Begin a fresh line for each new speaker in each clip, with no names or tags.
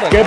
pasa? ¿Qué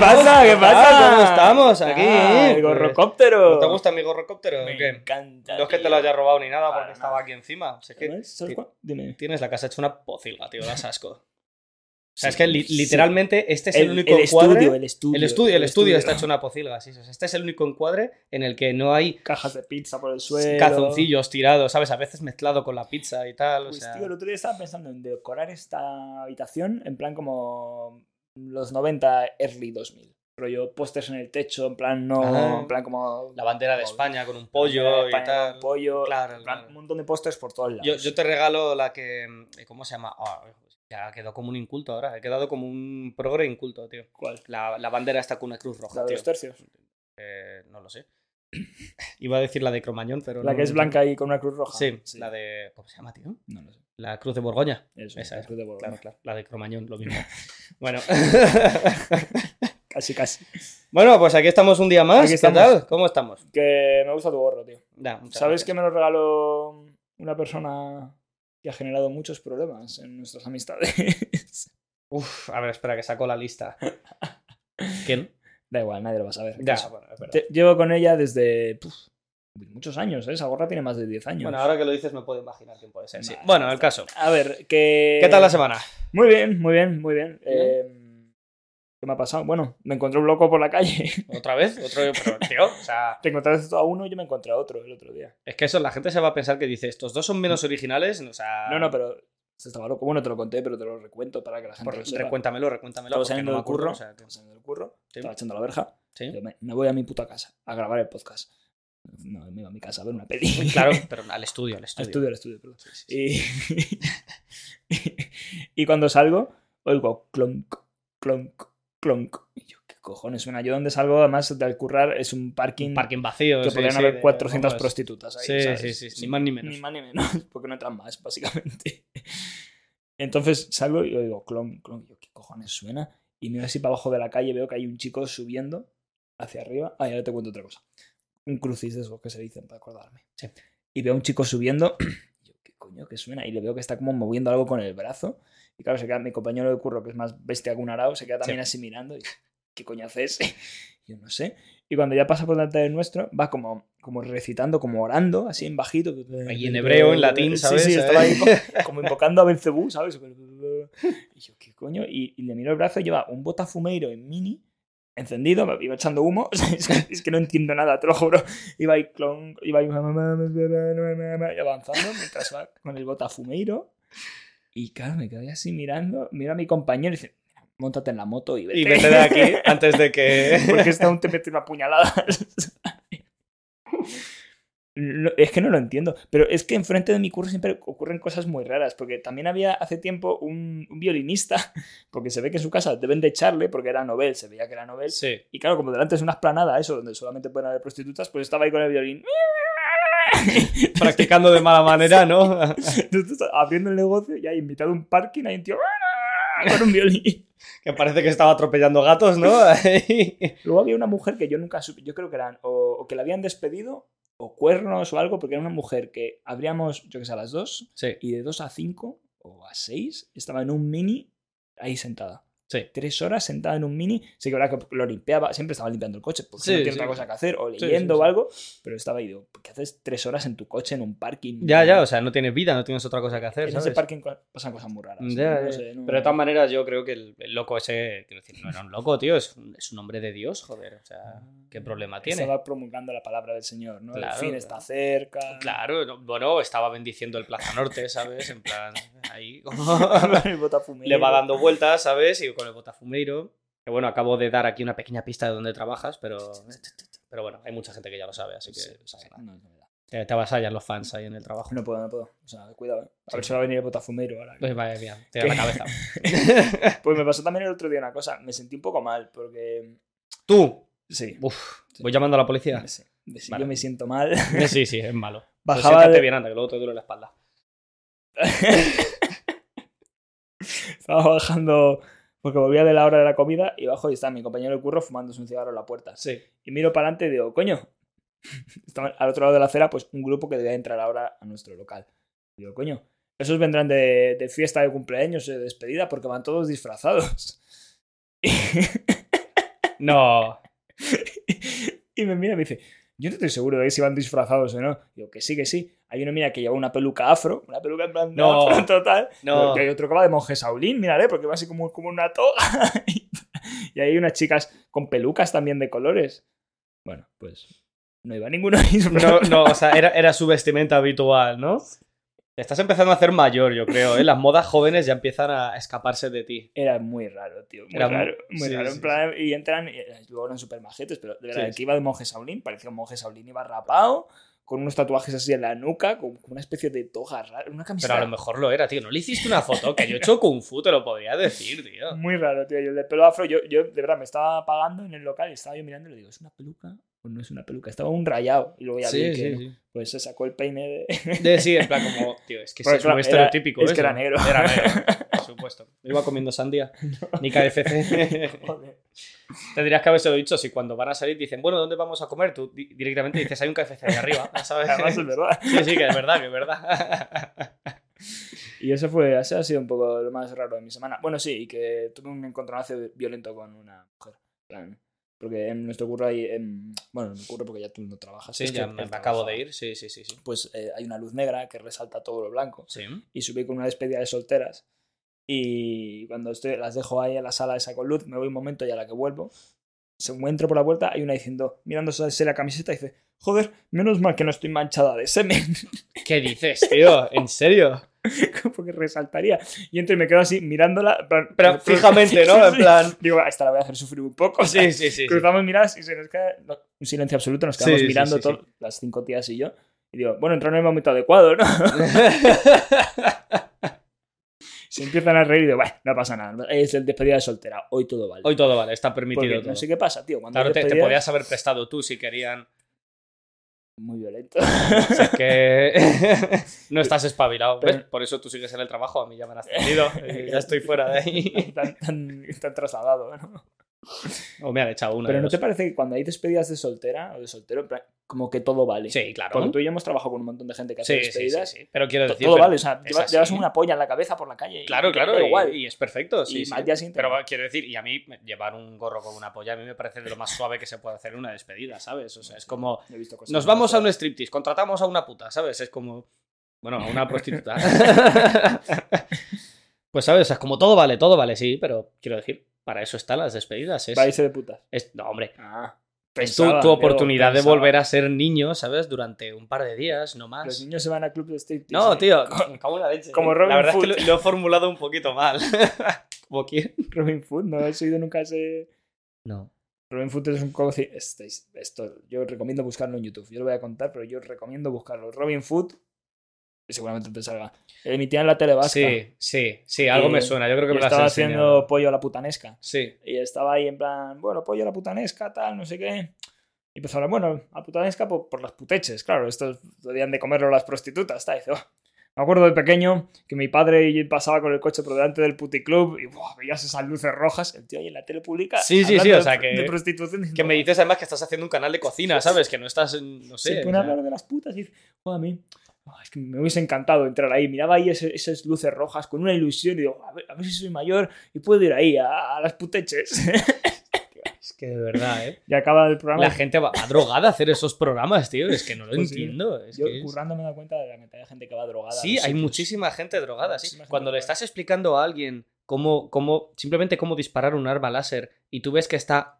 pasa?
¿Cómo estamos aquí?
Ah, el
Pues,
gorrocóptero.
¿No te gusta mi gorrocóptero?
Me
o qué?
encanta.
No es que te
tío.
lo haya robado ni nada
Para
porque estaba
nada.
aquí encima. O sea, es que
¿Sabes? ¿Sabes
ti-
cuál? Dime.
tienes la casa hecha una pocilga, tío, das asco. O sea,
Sí,
es que li-
sí.
literalmente este es el, único encuadre.
estudio, el estudio.
el estudio, el estudio está hecho una pocilga, sí, sí. O sea, Este es el único encuadre en el que no hay
Cajas de pizza por el suelo.
cazoncillos tirados, ¿sabes? A veces mezclado con la pizza y tal. O
Pues,
sea,
tío, el otro día estaba pensando en decorar esta habitación en plan como los 90 early 2000. Rollo pósters en el techo, en plan no,
Ah.
en plan como
la bandera de
Como-
España con un
la bandera
pollo
de
y
España,
tal.
Pollo,
Claro,
en plan,
claro.
un montón de pósters por todos lados.
Yo, yo te regalo la que. mm, ¿Cómo se llama? Ah, ya quedó como un inculto ahora. He quedado como un progre inculto, tío.
¿Cuál?
La, la bandera está con una cruz roja.
La de
tío.
los tercios.
Eh, no lo sé. Iba a decir la de Cromañón, pero.
La
no-
que es blanca y con una cruz roja.
Sí, la de. ¿Cómo se llama, tío?
No lo sé.
La cruz de Borgoña.
Eso,
Esa
la
es,
cruz de Borbón.
Claro, claro. La de Cromañón, lo mismo. bueno.
Casi, casi.
bueno, pues aquí estamos un día más.
Aquí
¿Qué
estamos.
tal? ¿Cóómo estamos?
Que me gusta tu gorro, tío.
Da, muchas
¿Sabes que
gracias.
me lo regaló una persona que ha generado muchos problemas en nuestras amistades?
Uf, a ver, espera, que saco la lista. ¿Quién?
da igual, nadie lo va a saber.
Ya,
Eso.
bueno, es verdad.
Te- llevo con ella desde puf, muchos años, ¿eh? Esa gorra tiene más de 10 años.
Bueno, ahora que lo dices me puedo imaginar quién puede ser. Eh, sí.
Vale,
Bueno,
está
el caso.
A ver, que...
¿Qué tal la semana?
Muy bien, muy bien, muy bien.
Bien.
Eh, ¿Qué me ha pasado? Bueno, me encontré un loco por la calle.
¿Otra vez? ¿Otro pero, tío? O sea,
Te encontraste tú a uno y yo me encontré a otro el otro día.
es que eso la gente se va a pensar que dice, estos dos son menos originales, o sea...
No, no, pero se estaba loco. Bueno, te lo conté, pero te lo recuento para que la gente
por-
lo sepa.
recuéntamelo, recuéntamelo.
Estaba
porque
saliendo
no me
del
acuerdo,
curro,
o sea, que-
estaba saliendo del curro,
Sí.
estaba echando la verja.
¿sí?
Yo me, me voy a mi puta casa a grabar el podcast. No, me iba a mi casa a ver una peli.
Claro, pero al estudio, al
Al
estudio.
estudio, al estudio, perdón.
Sí, sí, sí.
Y, y cuando salgo, oigo clonk, clonk, clonk. Y yo, ¿qué cojones suena? Yo donde salgo, además de al currar, es un parking,
Un Parking vacío.
que
sí,
podrían
sí,
haber
de-
400
vamos,
prostitutas ahí.
Sí,
¿sabes?
sí, sí, sí, ni más ni menos.
Ni más ni menos, porque no entran más, básicamente. Entonces salgo y oigo clonk, clonk. Y yo, ¿qué cojones suena? Y miro así para abajo de la calle, veo que hay un chico subiendo hacia arriba. Ah, y ahora te cuento otra cosa. Un crucis de esos que se dicen, para acordarme.
Sí.
Y veo a un chico subiendo. y yo, ¿qué coño que suena? Y le veo que está como moviendo algo con el brazo. Y claro, se queda mi compañero de curro, que es más bestia que un arao, se queda también así mirando. Y, ¿Qué coño haces? yo no sé. Y cuando ya pasa por delante del nuestro, va como, como recitando, como orando, así en bajito.
Ahí en hebreo, en latín, ¿sabes?
Sí, sí,
¿Eh?
estaba ahí como- como invocando a Belcebú, ¿sabes? Y yo, ¿qué coño? Y, y le miro el brazo y lleva un botafumeiro en mini, encendido, me iba echando humo. es, que, es que no entiendo nada, te lo juro. Iba ahí, clon, iba ahí, y avanzando mientras va con el botafumeiro. Y claro, me quedé así mirando, miro a mi compañero y dice, montate en la moto y vete.
Y vete de aquí antes de que...
Porque este aún te mete una puñalada. No, es que no lo entiendo. Pero es que enfrente de mi curso siempre ocurren cosas muy raras. Porque también había hace tiempo un, un violinista. Porque se ve que en su casa deben de echarle porque era Nobel. Se veía que era Nobel.
Sí.
Y claro, como delante es una esplanada, eso, donde solamente pueden haber prostitutas, pues estaba ahí con el violín.
Practicando de mala manera, ¿no?
Entonces, abriendo el negocio y ahí invitado a un parking, hay un tío con un violín.
que parece que estaba atropellando gatos, ¿no? Ahí.
Luego había una mujer que yo nunca supe, yo creo que eran o, o que la habían despedido o cuernos o algo, porque era una mujer que abríamos, yo que sé, a las 2
sí,
y de 2 a 5 o a 6 estaba en un mini ahí sentada.
sí.
Tres horas sentada en un mini, sí que era que lo limpiaba, siempre estaba limpiando el coche, porque
Sí,
no tiene
sí.
otra cosa que hacer, o
Sí, sí,
leyendo
sí.
o algo, pero estaba ahí, digo, ¿qué haces tres horas en tu coche, en un parking?
Ya, ya, o sea, no tienes vida, no tienes otra cosa que hacer,
en ese
¿sabes?
parking co- pasan cosas muy raras.
Ya,
no
ya.
sé, no-
Pero de todas maneras, yo creo que el, el loco ese, quiero decir, no era un loco, tío, es un, es un hombre de Dios, joder, o sea, ¿qué problema tiene?
Estaba promulgando la palabra del Señor, ¿no?
Claro,
el fin
claro.
está cerca.
Claro, no- bueno, estaba bendiciendo el Plaza Norte, ¿sabes? En plan, ahí como...
El botafumeiro.
le va dando vueltas, ¿sabes? Y con el botafumeiro. Que bueno, acabo de dar aquí una pequeña pista de dónde trabajas, pero... Pero bueno, hay mucha gente que ya lo sabe, así que...
Sí,
no
sí,
pasa nada.
no, es novedad.
Te, te avasallan los fans ahí en el trabajo.
No puedo, no puedo. O sea, cuidado. eh. A
Sí.
ver si va a venir el botafumeiro ahora.
Pues vaya mía, te da la
¿Qué?
cabeza.
Pues me pasó también el otro día una cosa. Me sentí un poco mal porque.
Tú,
Sí.
uf, voy llamando a la policía.
sí, sí,
Vale.
Yo me siento mal.
Eh, Sí, sí, es malo. Pues
Bajaba
siéntate
de-
bien anda, que luego te duele la espalda.
Estaba bajando porque volvía de la hora de la comida y bajo y está mi compañero de curro fumándose un cigarro en la puerta.
Sí.
Y miro para adelante y digo, coño. Estaba al otro lado de la acera, pues un grupo que debía entrar ahora a nuestro local. Digo, coño. Esos vendrán de, de eh, fiesta de cumpleaños, de despedida, porque van todos disfrazados.
No.
y me mira y me dice, yo no estoy seguro de si van disfrazados o no. Digo, que sí, que sí. Hay uno, mira, que lleva una peluca afro, una peluca en plan de
No.
afro total.
No.
Que hay otro que va de monje Shaolin, miraré, porque va así como, como una toga. y hay unas chicas con pelucas también de colores. Bueno, pues no iba ninguno
No, no, o sea, era, era su vestimenta habitual, ¿no? Te estás empezando a hacer mayor, yo creo, ¿eh? Las modas jóvenes ya empiezan a escaparse de ti.
Era muy raro, tío. Muy
Era muy-
raro. Muy
sí,
raro. en
sí,
plan, Y entran, y eh, luego eran super majetes, pero de verdad,
Sí,
el
sí.
que iba de monje Shaolin, parecía un monje Shaolin, iba rapado, con unos tatuajes así en la nuca, con una especie de toga rara, una
Pero a lo
camiseta.
mejor lo era, tío. No le hiciste una foto, que yo he hecho Kung Fu, te lo podría decir, tío.
Muy raro, tío. Yo el de pelo afro, yo, yo de verdad me estaba pagando en el local y estaba yo mirando y le digo, ¿es una peluca o no es una peluca? Estaba un rayado. Y luego ya vi que no. pues se sacó el peine de.
De, sí, en plan como, tío, es que
Porque
eso es muy
era-
estereotípico.
es que
eso.
era negro.
Era negro, por supuesto. Iba comiendo sandía, ni KFC.
Joder.
Tendrías que haberse lo dicho, si cuando van a salir dicen, bueno, ¿dónde vamos a comer? Tú di- directamente dices, hay un KFC ahí arriba, ¿sabes?
Además, es verdad.
Sí, sí, que es verdad, que es verdad.
Y eso fue, eso ha sido un poco lo más raro de mi semana. Bueno, sí, y que tuve un encontronazo violento con una mujer. en plan, Porque en nuestro curro hay. en- bueno, en mi curro porque ya tú no trabajas.
Sí,
es que
ya
él
me, me acabo
trabajaba.
de ir, sí, sí, sí. sí.
Pues eh, hay una luz negra que resalta todo lo blanco.
Sí.
Y subí con una despedida de solteras. Y cuando estoy, las dejo ahí en la sala esa con luz, me voy un momento y a la que vuelvo. Según entro por la puerta, hay una diciendo, mirándose la camiseta, dice: Joder, menos mal que no estoy manchada de semen.
¿Qué dices, tío? ¿En serio?
porque resaltaría. Y entro y me quedo así mirándola. en plan-
Pero fijamente, ¿no?
Sí,
En
sí.
plan-
Digo, a esta la voy a hacer sufrir un poco. O sea,
Sí, sí, sí. sí.
cruzamos miradas y se nos queda no, un silencio absoluto. Nos
Sí,
quedamos
sí,
mirando
sí,
todo- las cinco tías y yo. Y digo, bueno, entró en el momento adecuado, ¿no? se empiezan a reír y digo, bueno, no pasa nada. Es el despedida de soltera. Hoy todo vale.
Hoy todo vale, está permitido
Porque
todo.
no sé qué pasa, tío. Cuando
Claro,
hay
te, te
despedidas-
podías haber prestado tú si querían.
Muy violento.
Si es que no estás espabilado. ¿ves?
Pero-
Por eso tú sigues en el trabajo, a mí ya me han ascendido. eh, ya estoy fuera de ahí.
tan, tan, tan trasladado, ¿no?
O me han echado una.
Pero
de
¿no
dos.
te parece que cuando hay despedidas de soltera o de soltero, en plan, como que todo vale?
Sí,
Porque
claro.
tú y yo hemos trabajado con un montón de gente que hace
Sí, sí, sí,
despedidas.
sí. Pero quiero
To-
decir.
Todo
pero-
vale, o sea,
es
lleva-
así.
llevas una polla en la cabeza por la calle. y
Claro,
te
claro.
da
y-
igual.
Y, es perfecto. Sí,
Y
sí.
al día siguiente
Pero
no.
quiero decir, y a mí llevar un gorro con una polla a mí me parece de lo más suave que se puede hacer en una despedida, ¿sabes? O sea, es como.
He visto cosas
Nos
muy
vamos a un
feas.
striptease, contratamos a una puta, ¿sabes? Es como. Bueno, a una prostituta. pues, ¿sabes? O sea, es como todo vale, todo vale, sí, pero quiero decir, para eso están las despedidas. Es,
Va a irse de putas.
es- no, hombre.
Ah,
Es tu, tu oportunidad de volver a ser niño, ¿sabes? Durante un par de días, no
Los
más.
niños se van a club de striptease.
No,
¿eh?
tío, como una leche.
como
¿eh?
Robin
La verdad
Hood.
es que lo, lo he formulado un poquito mal. ¿Como quién?
Robin Food, no he oído nunca ese.
No.
Robin Food es un coci- este- Esto, yo recomiendo buscarlo en YouTube. Yo lo voy a contar, pero yo recomiendo buscarlo. Robin Food, y seguramente te salga. Emitían la tele vasca.
Sí, sí, sí, algo
Eh,
me suena. Yo creo que
y
me lo has
estaba
enseñado.
haciendo pollo a la putanesca.
Sí.
Y estaba ahí en plan, bueno, pollo a la putanesca, tal, no sé qué. Y empezó a hablar, bueno, a putanesca por, por las puteches, claro, esto debían de comerlo las prostitutas, tal. Y dice, "Buah". me acuerdo de pequeño que mi padre y- pasaba con el coche por delante del puticlub y buah, veías esas luces rojas, el tío ahí en la tele pública.
Sí, sí, sí,
hablando
o sea,
de,
que-
de prostitución.
Que
diciendo,
me dices además que estás haciendo un canal de cocina, ¿sabes? Que no estás, en- no
"Buah, se
sé.
pone
o
a
sea,
hablar de las putas y dice, "Buah, a mí. ah, Es que me hubiese encantado entrar ahí. Miraba ahí ese- esas luces rojas con una ilusión y digo, a ver, a ver si soy mayor y puedo ir ahí a, a las puteches.
es que de verdad, ¿eh?
y acaba el programa.
La gente va, va drogada a hacer esos programas, tío. Es que no lo
Pues sí.
entiendo. es
Yo
que es-
currando me he dado cuenta de la cantidad de gente que va drogada. a
Sí,
los
hay
sitios.
muchísima gente drogada. sí.
Muchísima gente
Cuando le
drogada.
estás explicando a alguien cómo, cómo, simplemente cómo disparar un arma láser y tú ves que está,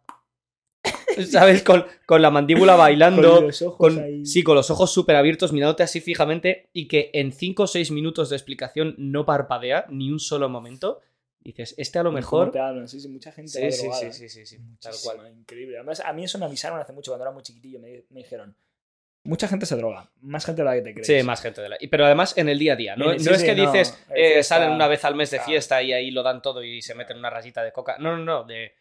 ¿sabes? Con, con la mandíbula
Con
bailando,
los ojos
con,
ahí.
sí, con los ojos súper abiertos, mirándote así fijamente y que en 5 o 6 minutos de explicación no parpadea ni un solo momento. Dices, este a lo
Cómo
mejor.
te hablan. Sí, sí, mucha gente va
Sí, sí, sí,
drogada.
sí, sí, sí, tal
Muchísima,
cual.
Increíble. Además, a mí eso me avisaron hace mucho cuando era muy chiquitillo. Me, me dijeron, mucha gente se droga. Más gente de la que te crees.
Sí, más gente de la. y- Pero además en el día a día. No,
Sí,
No es
sí,
que
no,
dices
de
eh,
fiesta,
salen una vez al mes de
claro.
fiesta y ahí lo dan todo y se meten una rayita de coca. No, no, no. De,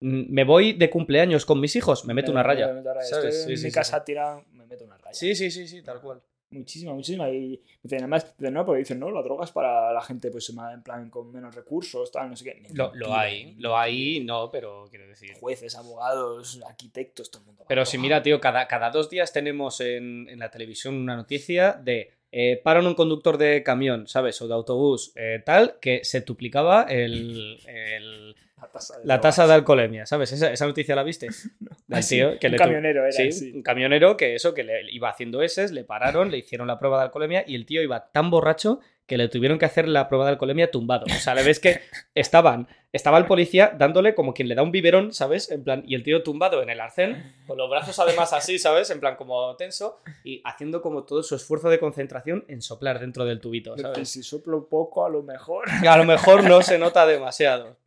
mm, me voy de cumpleaños con mis hijos, me meto una
Me
raya.
meto una raya.
¿sabes?
Estoy
Sí,
en
sí,
mi
sí,
casa tirado, me meto una raya.
Sí, sí, sí, sí, tal cual.
Muchísima, muchísima. Y me dicen, además, dicen, no, porque dicen, no, la droga es para la gente, pues, más en plan, con menos recursos, tal, no sé qué.
Lo, lo
Mentira, ¿eh?
hay, lo hay, no, pero quiero decir.
Jueces, abogados, arquitectos, todo el mundo. va
Pero si
drogado.
mira, tío, cada, cada dos días tenemos en, en la televisión una noticia de eh, paran un conductor de camión, ¿sabes? O de autobús, eh, tal, que se duplicaba el- el,
La tasa de,
la tasa de alcoholemia, ¿sabes? Esa, esa noticia la viste. Del
Ah, sí,
tío que
un
le tu-
camionero era,
Sí,
sí.
un camionero que eso, que le iba haciendo eses, le pararon, le hicieron la prueba de alcoholemia y el tío iba tan borracho que le tuvieron que hacer la prueba de alcoholemia tumbado. O sea, le ves que estaban, estaba el policía dándole como quien le da un biberón, ¿sabes? En plan, y el tío tumbado en el arcén, con los brazos además así, ¿sabes? En plan, como tenso, y haciendo como todo su esfuerzo de concentración en soplar dentro del tubito,
De que
¿sabes?
si soplo poco, a lo mejor.
A lo mejor no se nota demasiado.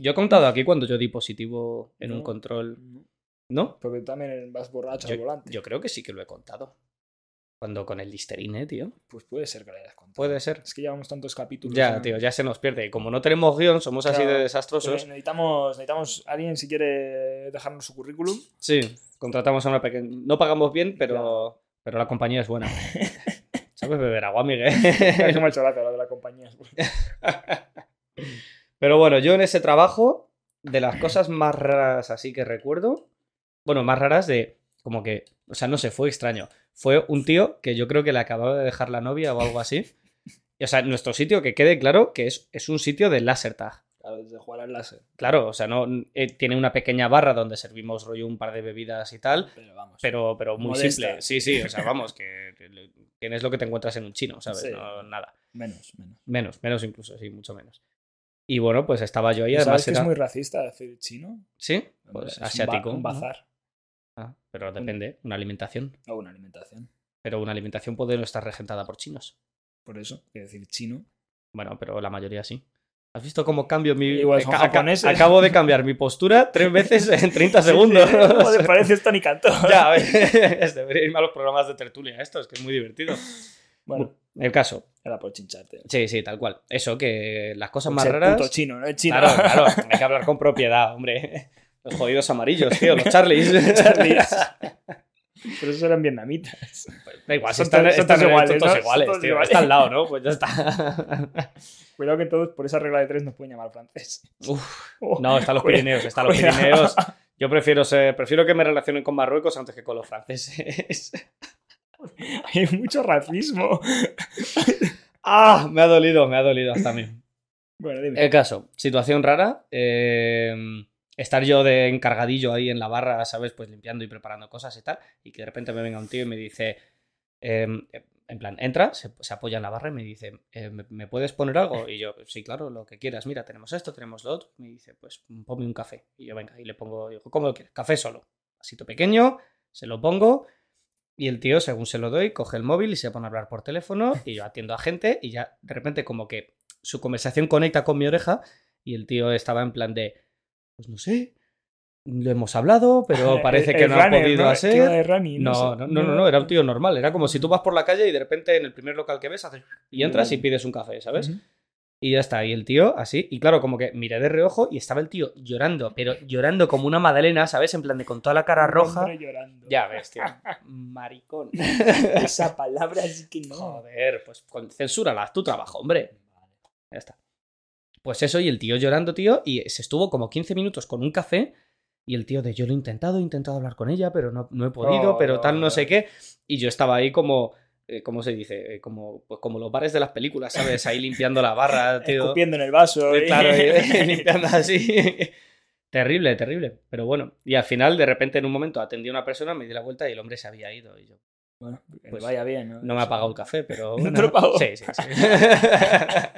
Yo he contado aquí cuando yo di positivo en un
No.
control, ¿no?
Porque tú también vas borracho
Yo,
al volante.
yo creo que sí que lo he contado. Cuando con el Listerine, tío.
Pues puede ser que lo hayas contado.
Puede ser.
Es que llevamos tantos capítulos. ¿eh?
Ya,
¿no?
tío, ya se nos pierde. Y Como no tenemos guión, somos así de
Claro.
desastrosos.
Entonces, Necesitamos, necesitamos alguien si quiere dejarnos su currículum.
Sí, contratamos a una pequeña... No pagamos bien, pero, pero la compañía es buena. Sabes beber agua, Miguel.
Es me ha hecho gracia lo de la compañía.
Pero bueno, yo en ese trabajo, de las cosas más raras así que recuerdo, bueno, más raras de como que, o sea, no sé, fue extraño. Fue un tío que yo creo que le acababa de dejar la novia o algo así. Y, O sea, nuestro sitio, que quede claro que es, es un sitio de laser tag.
Claro, desde jugar al láser.
Claro, o sea, no eh, tiene una pequeña barra donde servimos rollo un par de bebidas y tal,
Pero vamos.
pero, pero muy
Modesta.
simple. Sí, sí, o sea, vamos, que que tienes lo que te encuentras en un chino, ¿sabes?
Sí.
No, nada.
Menos, menos.
Menos, menos incluso, sí, mucho menos. Y bueno, pues estaba yo ahí, además
¿Sabes que
era-
es muy racista decir chino?
Sí,
No
pues,
sé, es un
asiático.
ba- Un
¿no?
bazar.
Ah, pero depende, una alimentación.
O una alimentación.
Pero una alimentación puede no estar regentada por chinos.
Por eso, que decir chino.
Bueno, pero la mayoría sí. ¿Has visto cómo cambio mi.
Igual son
aca- aca-
japoneses.
acabo de cambiar mi postura tres veces en 30 segundos.
¿Cómo te parece esto ni canto?
ya, a ver, es, debería irme a los programas de tertulia estos, que es muy divertido.
Bueno,
El caso.
era por chincharte.
Sí, sí, tal cual. Eso, que las cosas
Por
más
ser
raras.
Puto chino, no es chino.
Claro, claro. Hay que hablar con propiedad, hombre. Los jodidos amarillos, tío, los Charlies.
Charlies. Pero esos eran vietnamitas.
Da igual, si
Son
están,
todos- son
están
todos
iguales,
iguales, ¿no? Son
iguales,
todos
tío.
iguales.
Está al lado, ¿no? Pues ya está.
Cuidado que todos por esa regla de tres nos pueden llamar francés. Oh,
No, están los
cuida-
Pirineos, están los
cuidado.
Pirineos. Yo prefiero, ser- prefiero que me relacionen con Marruecos antes que con los franceses.
Hay mucho racismo.
¡Ah! Me ha dolido, me ha dolido hasta a mí.
Bueno, dime.
El caso, situación rara. eh, estar yo de encargadillo ahí en la barra, ¿sabes? Pues limpiando y preparando cosas y tal. Y que de repente me venga un tío y me dice. eh, en plan, entra, se, se apoya en la barra y me dice, eh, ¿me, me puedes poner algo? Y yo, sí, claro, lo que quieras. Mira, tenemos esto, tenemos lo otro. Me dice, pues ponme un café. Y yo, venga, y le pongo, digo, ¿cómo lo quieres? Café solo. Vasito pequeño, se lo pongo. Y el tío, según se lo doy, coge el móvil y se pone a hablar por teléfono. Y yo atiendo a gente y ya de repente, como que su conversación conecta con mi oreja y el tío estaba en plan de, pues no sé, lo hemos hablado, pero parece
El-
que
el
no ha
runner,
podido
¿no? Que iba
hacer.
de running,
No,
sé. Mm.
no, no, no, no, era un tío normal, era como si tú vas por la calle y de repente en el primer local que ves haces y entras y pides un café, ¿sabes?
Ujú.
Y ya está, y el tío así, y claro, como que miré de reojo y estaba el tío llorando, pero llorando como una madalena, ¿sabes? En plan de con toda la cara roja.
Hombre llorando.
Ya ves, tío. Maricón.
Esa palabra sí que no.
Joder, pues con- censúralas, tu trabajo, hombre. Ya está. Pues eso, y el tío llorando, tío, y se estuvo como 15 minutos con un café. Y el tío de yo lo he intentado, he intentado hablar con ella, pero no, no he podido,
Oh,
pero
no,
tal, no
no.
sé qué. Y yo estaba ahí como, eh, ¿cómo se dice? Eh, como, pues como los bares de las películas, ¿sabes? Ahí limpiando la barra, tío.
Escupiendo en el vaso.
Eh,
¿eh?
Claro, eh, limpiando así. Terrible, terrible. Pero bueno, y al final, de repente, en un momento atendí a una persona, me di la vuelta y el hombre se había ido. Y yo,
Bueno, que
Pues
vaya bien. No,
no me ha pagado el café, pero.
¿No te lo pagó?
Sí, sí, sí.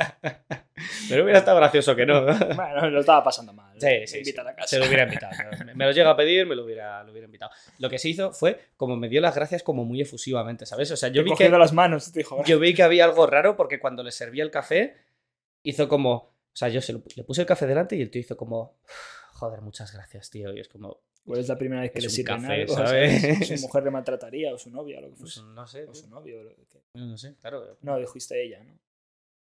pero hubiera estado gracioso que no.
Bueno, lo estaba pasando mal.
Sí, sí.
Me invitan
sí.
a casa.
Se lo hubiera invitado. Me- Me lo llega a pedir, me lo hubiera, lo hubiera invitado. Lo que se hizo fue, como me dio las gracias como muy efusivamente, ¿sabes? O sea, yo
Te he
vi que,
cogido las manos y te dijo,
yo vi que había algo raro porque cuando le serví el café, hizo como. O sea, yo se lo- le puse el café delante y el tío hizo como. Joder, muchas gracias, tío. Y es como.
"Pues es la primera vez que
Es
le
un
sirven
café,
algo.
¿sabes?
Su mujer le maltrataría o su novia, lo que
pues,
fuese.
no sé.
O su novio. lo que-
No sé, claro.
No, dijiste ella, ¿no?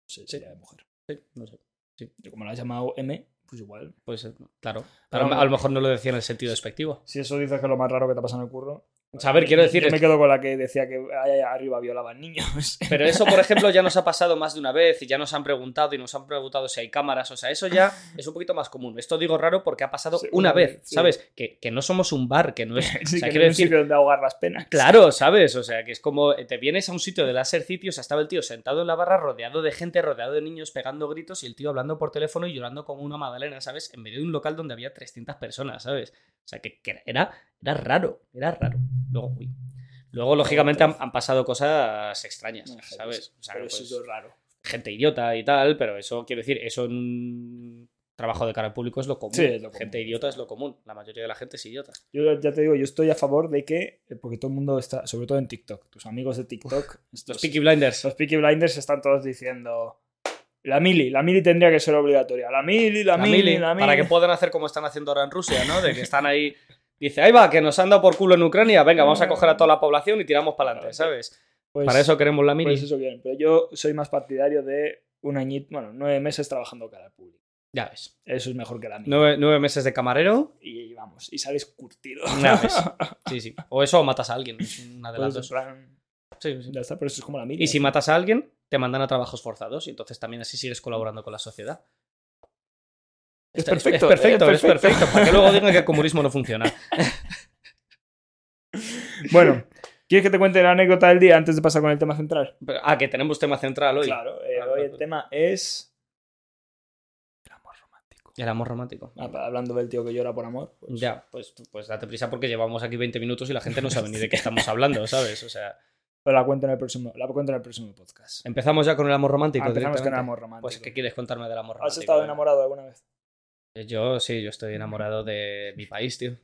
Sí,
Sí.
sería de mujer.
sí, No sé.
Yo como la has llamado M, pues igual.
Pues claro. A
Pero
lo,
vamos.
a lo mejor no lo decía en el sentido despectivo.
Si eso dices que es lo más raro que te pasa en el curro.
O sea, Pues, a ver, quiero decir,
Yo me quedo con la que decía que allá arriba violaban niños.
pero eso, por ejemplo, ya nos ha pasado más de una vez y ya nos han preguntado y nos han preguntado si hay cámaras. O sea, eso ya es un poquito más común. Esto digo raro porque ha pasado
Sí,
una
una
vez,
vez, sí.
¿sabes? Que, que no somos un bar, que no es. o
Sí,
sea,
que no
quiero
hay un
decir,
sitio donde ahogar las penas.
Claro, ¿sabes? O sea, que es como eh, te vienes a un sitio de láser city, o sea, estaba el tío sentado en la barra, rodeado de gente, rodeado de niños, pegando gritos y el tío hablando por teléfono y llorando como una magdalena, ¿sabes? En medio de un local donde había 300 personas, ¿sabes? O sea, que, que era, era raro, era raro. Luego, uy. Luego, lógicamente, han, han pasado cosas extrañas,
No,
¿sabes? O sea,
pero
pues,
eso es raro.
gente idiota y tal, pero eso, quiero decir, eso en un trabajo de cara al público es lo común.
Sí, es lo común.
Gente idiota es lo común. La mayoría de la gente es idiota.
Yo ya te digo, yo estoy a favor de que, eh, porque todo el mundo está, sobre todo en TikTok, tus amigos de TikTok,
Los
estos,
Peaky Blinders.
los Peaky Blinders están todos diciendo, la mili, la mili tendría que ser obligatoria, la mili, la,
La
mili,
mili,
la mili.
para que puedan hacer como están haciendo ahora en Rusia, ¿no? De que están ahí. Dice, ahí va, que nos han dado por culo en Ucrania, venga, vamos a coger a toda la población y tiramos para adelante, ¿sabes?
Pues-
para eso queremos la mili.
Pues eso bien, pero yo soy más partidario de un añito, bueno, nueve meses trabajando cara al público.
Ya ves.
Eso es mejor que la mili.
Nueve, nueve meses de camarero,
Y vamos, y sales curtido.
ya ves. Sí, sí. O eso o matas a alguien, es una de las
Pues, en
dos.
plan,
Sí, sí.
ya está, pero eso es como la mili.
Y si matas a alguien, te mandan a trabajos forzados y entonces también así sigues colaborando con la sociedad.
Es
Está-
perfecto,
es perfecto,
es
es perfecto. Para que luego digan que el comunismo no funciona.
Bueno, ¿quieres que te cuente la anécdota del día antes de pasar con el tema central?
Pero- ah, que tenemos tema central hoy.
Claro, eh,
Claro,
hoy
claro.
el tema es. El amor romántico.
El amor romántico.
Ah, pa- Hablando del tío que llora por amor. pues-
Ya, pues, pues date prisa porque llevamos aquí 20 minutos y la gente no sabe ni de qué estamos hablando, ¿sabes? O sea,
Pero la cuento en el próximo, la cuento en el próximo podcast.
empezamos ya con el amor romántico.
Ah, empezamos
directamente.
con el amor romántico.
Pues, ¿qué quieres contarme del amor romántico? eh.
¿Has estado
Venga.
enamorado alguna vez?
Yo sí, yo estoy enamorado de mi país, tío.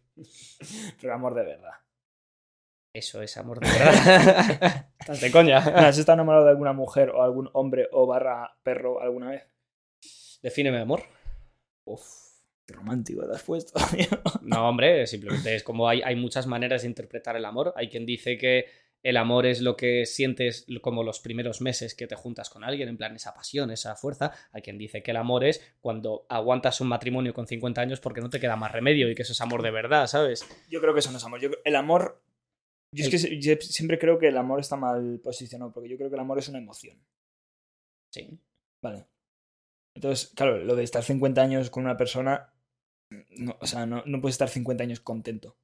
Pero amor de verdad.
Eso es amor de verdad. Estás de coña.
¿Has estado enamorado de alguna mujer o algún hombre o barra perro alguna vez?
Defíneme amor.
Uf, qué romántico te has puesto.
No, hombre, simplemente es como hay, hay muchas maneras de interpretar el amor. Hay quien dice que el amor es lo que sientes como los primeros meses que te juntas con alguien, en plan esa pasión, esa fuerza. Hay quien dice que el amor es cuando aguantas un matrimonio con 50 años porque no te queda más remedio y que eso es amor de verdad, ¿sabes?
Yo creo que eso no es amor. Yo creo- el amor. Yo es que se- yo siempre creo que el amor está mal posicionado, porque yo creo que el amor es una emoción.
Sí.
Vale. Entonces, claro, lo de estar 50 años con una persona. No, o sea, no, no puedes estar 50 años contento.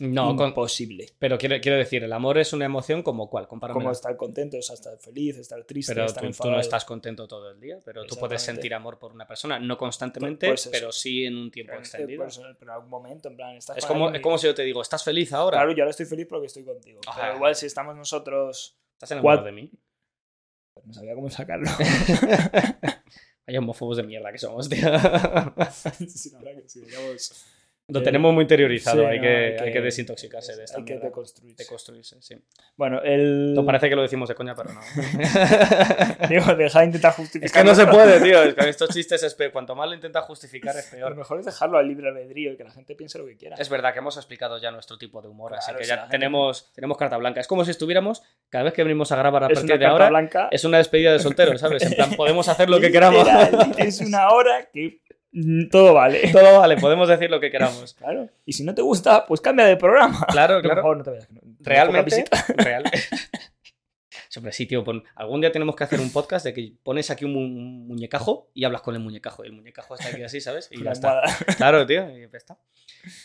No,
Mm.
con-
Imposible.
pero quiero, quiero decir, el amor es una emoción como cual, compárame.
Como estar contento, o sea, estar feliz, estar triste,
Pero
estar
tú, tú
enfadado.
no estás contento todo el día, pero tú puedes
Exactamente.
sentir amor por una persona, no constantemente,
Pues eso.
pero sí en un tiempo
Pero, eh,
extendido.
por eso, pero en algún momento, en plan, estás
Es
con
como, es
alguien y-
como si yo te digo, ¿estás feliz ahora?
Claro, yo ahora estoy feliz porque estoy contigo.
Ajá.
Pero igual si estamos nosotros.
¿Estás enamorado
Cuat-
de mí?
pues no sabía cómo sacarlo.
Vaya homófobos de mierda que somos, tío.
Sí, la verdad que sí, digamos,
Lo
Eh,
tenemos muy interiorizado.
sí,
hay,
no,
que, hay que desintoxicarse de esta
Hay que
mierda.
deconstruirse. Mm.
Deconstruirse, sí.
Bueno, el.
No parece que lo decimos de coña, pero no.
Digo, deja de intentar justificar.
es que no se puede, tío. Es que con estos chistes es peor. Cuanto más lo intentas justificar, es
Lo
peor.
mejor es dejarlo al libre albedrío y que la gente piense lo que quiera.
Es verdad que hemos explicado ya nuestro tipo de humor, así
Claro,
que
o
ya
sea, gente-
tenemos, tenemos carta blanca. Es como si estuviéramos, cada vez que venimos a grabar a
Es
partir
una
de
carta
ahora,
blanca.
es una despedida de soltero, ¿sabes? En plan, podemos hacer lo que queramos.
Literal, Es una hora que mm, todo vale.
Todo vale, podemos decir lo que queramos.
Claro. Y si no te gusta, pues cambia de programa.
Claro,
Por
claro.
favor, no te vayas. no- no
Realmente.
poca visita.
Real. Sobre sí, tío. pon- algún día tenemos que hacer un podcast de que pones aquí un, mu- un muñecajo y hablas con el muñecajo. Y el muñecajo está aquí así, ¿sabes? Y
La
ya está.
almohada.
Claro, tío. y ya está.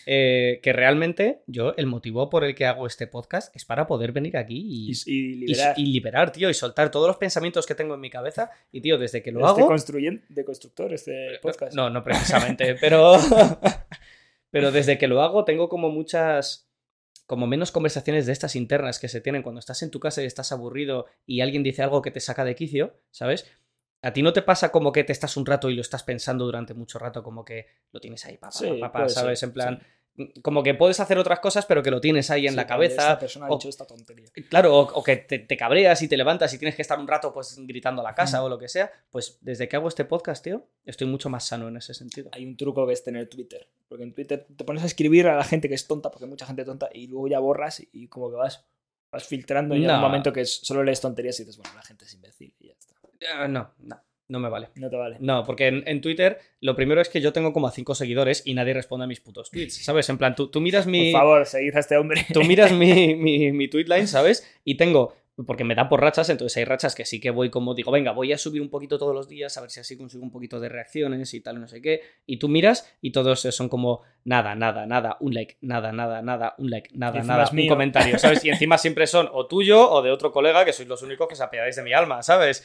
Eh, que realmente yo, el motivo por el que hago este podcast es para poder venir aquí y,
Y, y
y-
liberar.
y liberar, tío, y soltar todos los pensamientos que tengo en mi cabeza. Y, tío, desde que lo
este
hago. Eh,
construyen- de constructor, este podcast.
No, no precisamente, pero. pero desde que lo hago tengo como muchas. Como menos conversaciones de estas internas que se tienen cuando estás en tu casa y estás aburrido y alguien dice algo que te saca de quicio, ¿sabes? A ti no te pasa como que te estás un rato y lo estás pensando durante mucho rato, como que lo tienes ahí, papá,
Sí,
papá,
puede ser,
¿sabes? En plan, como que puedes hacer otras cosas, pero que lo tienes ahí en
Sí,
la
vale,
cabeza,
Esta persona ha
o-
dicho esta tontería.
Claro, o, o que te, te cabreas y te levantas y tienes que estar un rato pues gritando a la casa
Mm.
o lo que sea, pues desde que hago este podcast, tío, estoy mucho más sano en ese sentido.
Hay un truco que es tener Twitter. Porque en Twitter te pones a escribir a la gente que es tonta, porque hay mucha gente tonta, y luego ya borras y, y como que vas, vas filtrando y en
No.
un momento que es- solo lees tonterías y dices, bueno, la gente es imbécil y ya está.
Eh, no, no, No me vale.
No te vale.
No, porque en, en Twitter lo primero es que yo tengo como a 5 seguidores y nadie responde a mis putos tweets, ¿sabes? En plan, tú, tú miras mi.
Por favor, seguid a este hombre.
Tú miras mi, mi, mi tweet line, ¿sabes? Y tengo. Porque me da por rachas, entonces hay rachas que sí que voy como digo, venga, voy a subir un poquito todos los días, a ver si así consigo un poquito de reacciones y tal, no sé qué. Y tú miras y todos son como nada, nada, nada, un like, nada, nada, nada, un like,
Y
nada,
encima
nada,
es
un
mío.
comentario, ¿sabes? Y encima siempre son o tuyo o de otro colega, que sois los únicos que os apiadáis de mi alma, ¿sabes?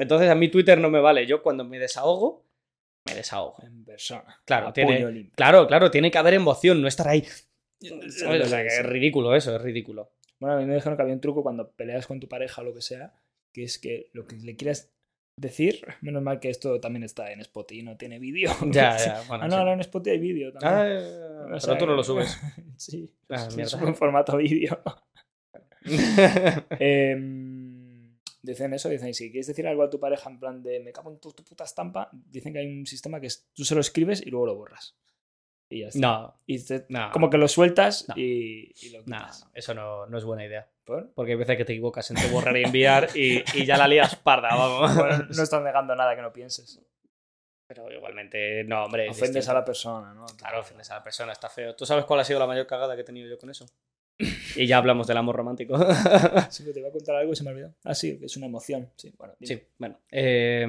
Entonces a mí Twitter no me vale. Yo cuando me desahogo, me desahogo.
En persona.
Claro,
A
tiene-
puño limpio.
Claro, claro, tiene que haber emoción, no estar ahí. ¿sabes? O sea, que
Sí, sí.
es ridículo eso, es ridículo.
Bueno, a mí me dijeron que había un truco cuando peleas con tu pareja o lo que sea, que es que lo que le quieras decir, menos mal que esto también está en Spotify, no tiene vídeo.
Ya, ya, bueno.
Ah, no,
sí.
ahora en Spotify hay vídeo también.
Ah, ya, ya, ya.
O
pero
sea,
tú no
que-
lo subes.
sí,
Ah,
sí,
mierda.
solo en formato vídeo. Em, dicen eso, dicen, y si quieres decir algo a tu pareja en plan de me cago en tu, tu puta estampa, dicen que hay un sistema que es, tú se lo escribes y luego lo borras. Y ya está.
no,
Y te-
no.
como que lo sueltas
No.
y, y lo
no,
quitas.
eso no, no es buena idea.
¿Por?
Porque hay veces que te equivocas entre borrar y enviar y, y ya la lías parda, vamos.
Bueno, no estás negando nada que no pienses.
Pero igualmente, no, hombre. es
Ofendes
distinto.
a la persona, ¿no?
Claro, ofendes a la persona, está feo. ¿Tú sabes cuál ha sido la mayor cagada que he tenido yo con eso? Y ya hablamos del amor romántico.
Sí, pero te iba a contar algo y se me olvidó. Ah, sí, que es una emoción. Sí, bueno. dime.
Sí, bueno. eh,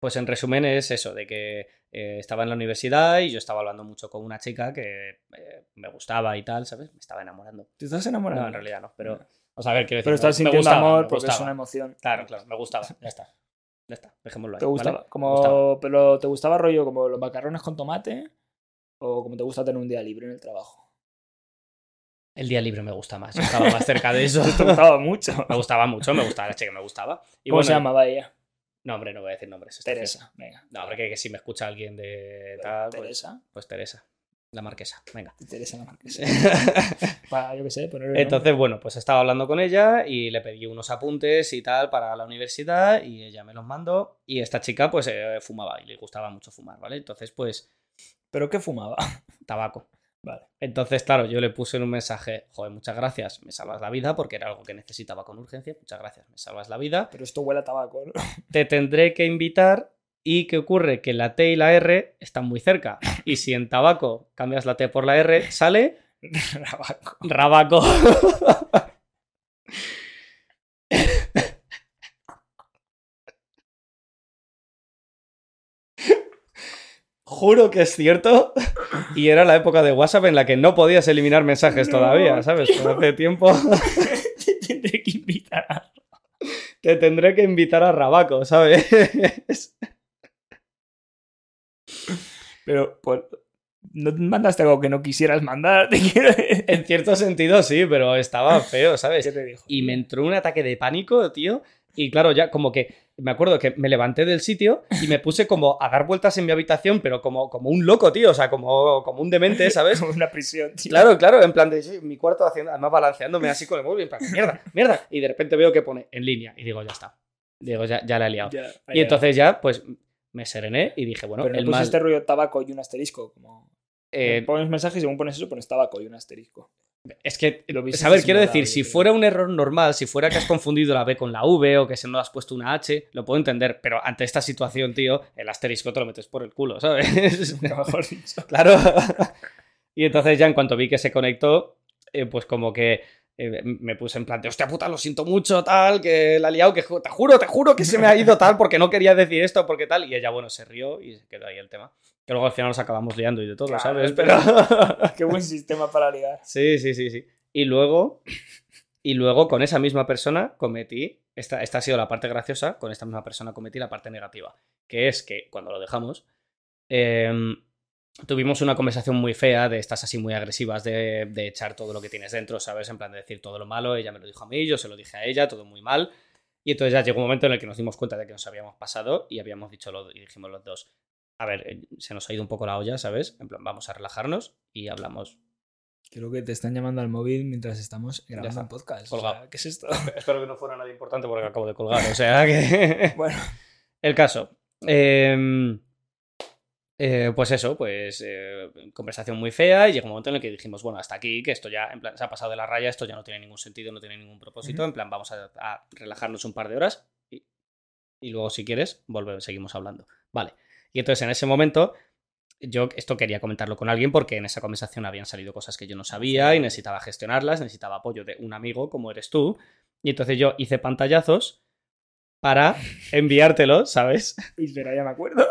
pues en resumen es eso, de que eh, estaba en la universidad y yo estaba hablando mucho con una chica que eh, me gustaba y tal, ¿sabes? Me estaba enamorando.
¿Te estás enamorado?
No, en realidad no, pero... O sea, a ver, quiero decir...
Pero estás
me- me
sintiendo
gustaba,
amor
me
porque es
gustaba.
una emoción.
Claro, claro, me gustaba, ya está. Ya está, dejémoslo ahí.
¿Te gustaba?
¿vale?
Como,
Me gustaba.
Pero ¿te gustaba rollo como los macarrones con tomate? ¿O como te gusta tener un día libre en el trabajo?
El día libre me gusta más, yo estaba más cerca de eso.
Te gustaba mucho.
me gustaba mucho, me gustaba la chica, me gustaba. Y
¿Cómo
bueno,
se llamaba ella?
No, hombre, no voy a decir nombres. está
Teresa. Venga.
feo. No, hombre, que, que si me escucha alguien de tal, pues-
Teresa.
pues Teresa, la marquesa, venga.
Teresa la marquesa. Para, yo qué sé, ponerle el nombre.
Entonces, bueno, pues estaba hablando con ella y le pedí unos apuntes y tal para la universidad y ella me los mandó y esta chica pues eh, fumaba y le gustaba mucho fumar, ¿vale? Entonces, pues,
¿Pero qué fumaba?
tabaco.
Vale.
Entonces, claro, yo le puse en un mensaje, joder, muchas gracias, me salvas la vida porque era algo que necesitaba con urgencia, muchas gracias, me salvas la vida,
Pero esto huele a tabaco, ¿no?
te tendré que invitar y ¿qué ocurre? Que la T y la R están muy cerca y si en tabaco cambias la T por la R, sale
tabaco.
Rabaco. Juro que es cierto. Y era la época de WhatsApp en la que no podías eliminar mensajes
No,
todavía, ¿sabes? Pero hace tiempo
Te Tendré que invitar a-
te tendré que invitar a Rabaco, ¿sabes?
Pero, pues, no mandaste algo que no quisieras mandar, te quiero decir.
En cierto sentido sí, pero estaba feo, ¿sabes?
¿Qué te dijo?
y me entró un ataque de pánico, tío. Y claro, ya como que me acuerdo que me levanté del sitio y me puse como a dar vueltas en mi habitación, pero como, como un loco, tío, o sea, como, como un demente, ¿sabes?
Como una prisión, tío.
Claro, claro, en plan de sí, mi cuarto haciendo, además balanceándome así con el móvil, en plan, mierda, mierda. Y de repente veo que pone en línea y digo, ya está. Digo, ya, ya la he liado.
Ya,
y
ya.
entonces ya, pues me serené y dije, bueno,
Pero no
el
puse
mal.
este rollo tabaco y un asterisco. Como
eh,
pones mensajes y según pones eso, pones tabaco y un asterisco.
Es que,
Lo hubiese
a ver, quiero
asesinado,
decir,
yo
si
creo.
fuera un error normal, si fuera que has confundido la B con la V o que se no has puesto una H, lo puedo entender, pero ante esta situación, tío, el asterisco te lo metes por el culo, ¿sabes?
Nunca mejor dicho.
claro. y entonces ya en cuanto vi que se conectó, eh, pues como que eh, me puse en plan de, hostia puta, lo siento mucho, tal, que la he liado, que ju- te juro, te juro que se me ha ido tal, porque no quería decir esto, porque tal, y ella, bueno, se rió y se quedó ahí el tema. Que luego al final nos acabamos liando y de todo,
Claro,
¿sabes?
es
Pero...
Qué buen sistema para ligar.
Sí, sí, sí, sí. Y luego, y luego con esa misma persona cometí, esta, esta ha sido la parte graciosa, con esta misma persona cometí la parte negativa, que es que cuando lo dejamos, em, tuvimos una conversación muy fea de estas así muy agresivas, de, de echar todo lo que tienes dentro, ¿sabes? En plan de decir todo lo malo, ella me lo dijo a mí, yo se lo dije a ella, todo muy mal. Y entonces ya llegó un momento en el que nos dimos cuenta de que nos habíamos pasado y habíamos dicho lo, y dijimos los dos, a ver, eh, se nos ha ido un poco la olla, ¿sabes? En plan, vamos a relajarnos y hablamos
Creo que te están llamando al móvil mientras estamos
grabando está. un
podcast.
O Colgado. sea,
¿Qué es esto?
Espero que no fuera nada importante porque acabo de colgar. O sea que.
Bueno,
El caso. Eh, eh, pues eso, pues eh, conversación muy fea y llegó un momento en el que dijimos, bueno, hasta aquí, que esto ya en plan, se ha pasado de la raya, esto ya no tiene ningún sentido, no tiene ningún propósito,
Ujú.
en plan, vamos a, a relajarnos un par de horas y y luego si quieres, volvemos, seguimos hablando. Vale. Y entonces en ese momento, yo esto quería comentarlo con alguien porque en esa conversación habían salido cosas que yo no sabía y necesitaba gestionarlas, necesitaba apoyo de un amigo como eres tú. Y entonces yo hice pantallazos para enviártelo, ¿sabes?
Espera, ya me acuerdo.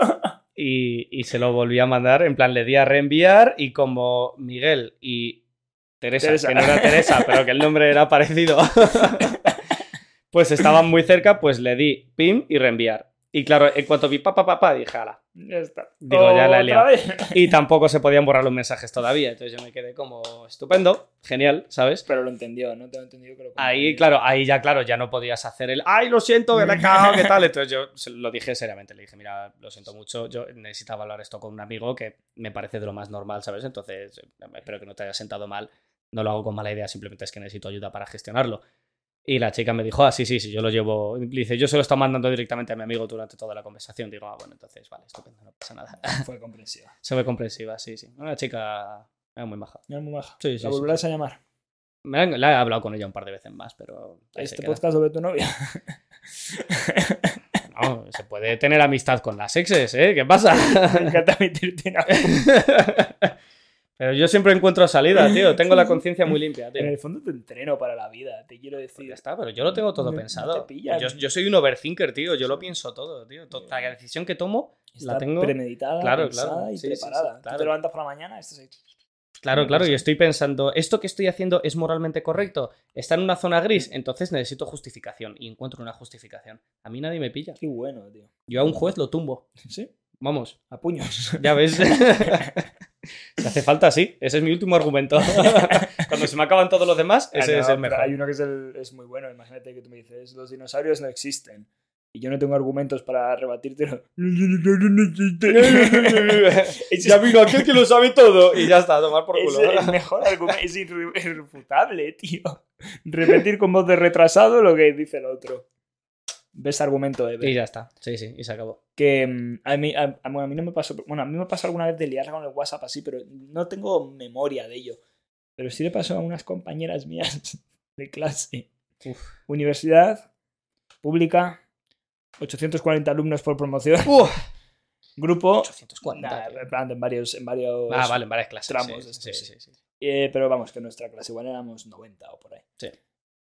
Y, y se lo volví a mandar, en plan le di a reenviar y como Miguel y Teresa,
Teresa.
que no era Teresa, pero que el nombre era parecido, pues estaban muy cerca, pues le di pim y reenviar. Y claro, en cuanto vi pa, pa, pa, pa, dije, ala,
Ya está.
Digo, ya la he
¿Otra
liado.
vez?
y tampoco se podían borrar los mensajes todavía. Entonces yo me quedé como estupendo, genial, ¿sabes?
Pero lo entendió, no tengo entendido que lo
Ahí, claro, ahí ya, claro, ya no podías hacer el ¡Ay, lo siento, que la he cagado, ¿qué tal? Entonces yo se lo dije seriamente, le dije, mira, lo siento mucho, yo necesitaba hablar esto con un amigo que me parece de lo más normal, ¿sabes? Entonces eh, espero que no te haya sentado mal, no lo hago con mala idea, simplemente es que necesito ayuda para gestionarlo. Y la chica me dijo, ah, sí, sí, sí, yo lo llevo. Le dice, yo se lo estaba mandando directamente a mi amigo durante toda la conversación. Digo, ah, bueno, entonces, vale, estupendo, no pasa nada.
Fue comprensiva.
Se ve comprensiva, sí, sí. Una chica eh, muy maja.
No es muy baja.
Sí, sí, sí,
la volverás a llamar.
Me han- la he hablado con ella un par de veces más, pero ahí se
Este
queda.
podcast sobre tu novia.
No, se puede tener amistad con las exes, ¿eh? ¿Qué pasa?
Me encanta metirte en
pero yo siempre encuentro salida, tío. Tengo la conciencia muy limpia, tío.
En el fondo te entreno para la vida, te quiero decir.
Ya está, pero yo lo tengo todo
No- no
pensado.
te pillan.
yo, yo soy un overthinker, tío. Yo lo pienso todo, tío. Toda la decisión que tomo,
Está
la tengo.
premeditada,
Claro,
pensada
claro.
y
Sí, sí, sí,
preparada. Tú
claro.
te levantas por la mañana, esto es...
Claro,
No
claro,
pasa.
y estoy pensando, ¿esto que estoy haciendo es moralmente correcto? ¿Está en una zona gris? Entonces necesito justificación y encuentro una justificación. A mí nadie me pilla.
Qué bueno, tío.
Yo a un juez lo tumbo.
Sí,
Vamos,
a puños.
ya ves. Si hace falta, sí. Ese es mi último argumento. Cuando se me acaban todos los demás, ese
Ah, no,
es el
pero
mejor.
Hay uno que es, el- es muy bueno. Imagínate que tú me dices, los dinosaurios no existen. Y yo no tengo argumentos para rebatírtelo. Ese
ya vino aquel que lo sabe todo y ya está, a tomar por
es
culo.
el mejor argumento. Es irre- irrefutable, tío. Repetir con voz de retrasado lo que dice el otro. Ves argumento, Eve.
Y ya está, sí, sí, y se acabó.
que mm, a mí, a, a- bueno, a mí no me pasó, bueno, a mí me pasó alguna vez de liarla con el WhatsApp así, pero no tengo memoria de ello. Pero sí le pasó a unas compañeras mías de clase.
Uf.
Universidad pública, 840 alumnos por promoción, grupo,
840.
nah,
tío.
en plan, en varios, en varios
ah, vale, en varias clases. sí,
tramos,
sí,
esto,
sí,
sí.
sí, sí.
eh, pero vamos, que en nuestra clase igual éramos 90 o por ahí.
Sí.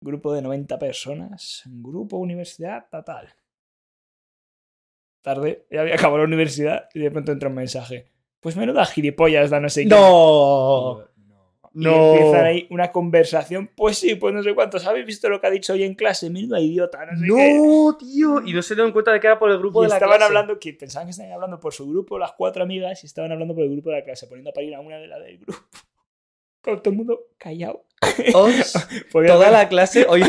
Grupo de 90 personas, grupo universidad, ta, tal. Tarde, ya había acabado la universidad y de pronto entra un mensaje. Pues menuda gilipollas da no sé qué. Y
No.
yo,
No.
Y empiezan ahí una conversación. Pues sí, pues no sé cuántos. ¿Habéis visto lo que ha dicho hoy en clase? Menuda idiota, no sé qué.
No, tío. Y no se dieron cuenta de que era por el grupo
Y
de la
estaban
clase.
hablando, que pensaban que estaban hablando por su grupo, las cuatro amigas, y estaban hablando por el grupo de la clase, poniendo a parir a una de la del grupo. Con todo el mundo callado.
Os,
Podías
toda
ver-
la clase. Hoy,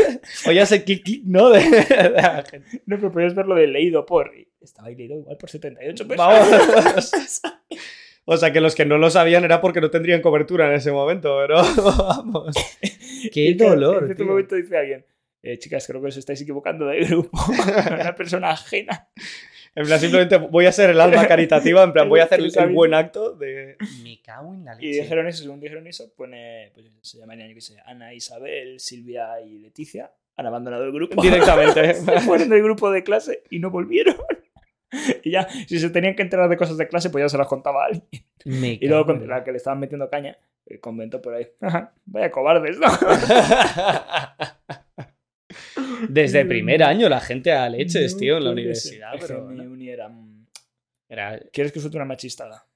hoy hace clic clic, ¿no? De, de la gente.
No, pero podías verlo de leído por. Estaba ahí leído igual por 78 personas.
Vamos. O sea que los que no lo sabían era porque no tendrían cobertura en ese momento, pero vamos.
Y
Qué
entonces,
dolor.
En este
tío.
momento dice alguien: eh, Chicas, creo que os estáis equivocando de grupo. Una persona ajena.
En plan, simplemente voy a ser el alma caritativa, en plan, voy a hacer el, el buen acto de. Me cago en la
Y dijeron eso, según dijeron eso, pone. Pues se llamarían, yo qué sé, Ana, Isabel, Silvia y Leticia. Han abandonado el grupo.
Directamente.
Se fueron del grupo de clase y no volvieron. Y ya, si se tenían que enterar de cosas de clase, pues ya se las contaba a alguien.
Me
Y luego
cago en
con
la-
la que le estaban metiendo caña, eh, comentó por ahí. "Ajá, Vaya cobardes, ¿no?
Desde primer año la gente a leches,
No
tío, en la
puede
universidad,
ser. Es que
pero.
mi uni era, mm,
Era.
¿Quieres que suelte una machistada?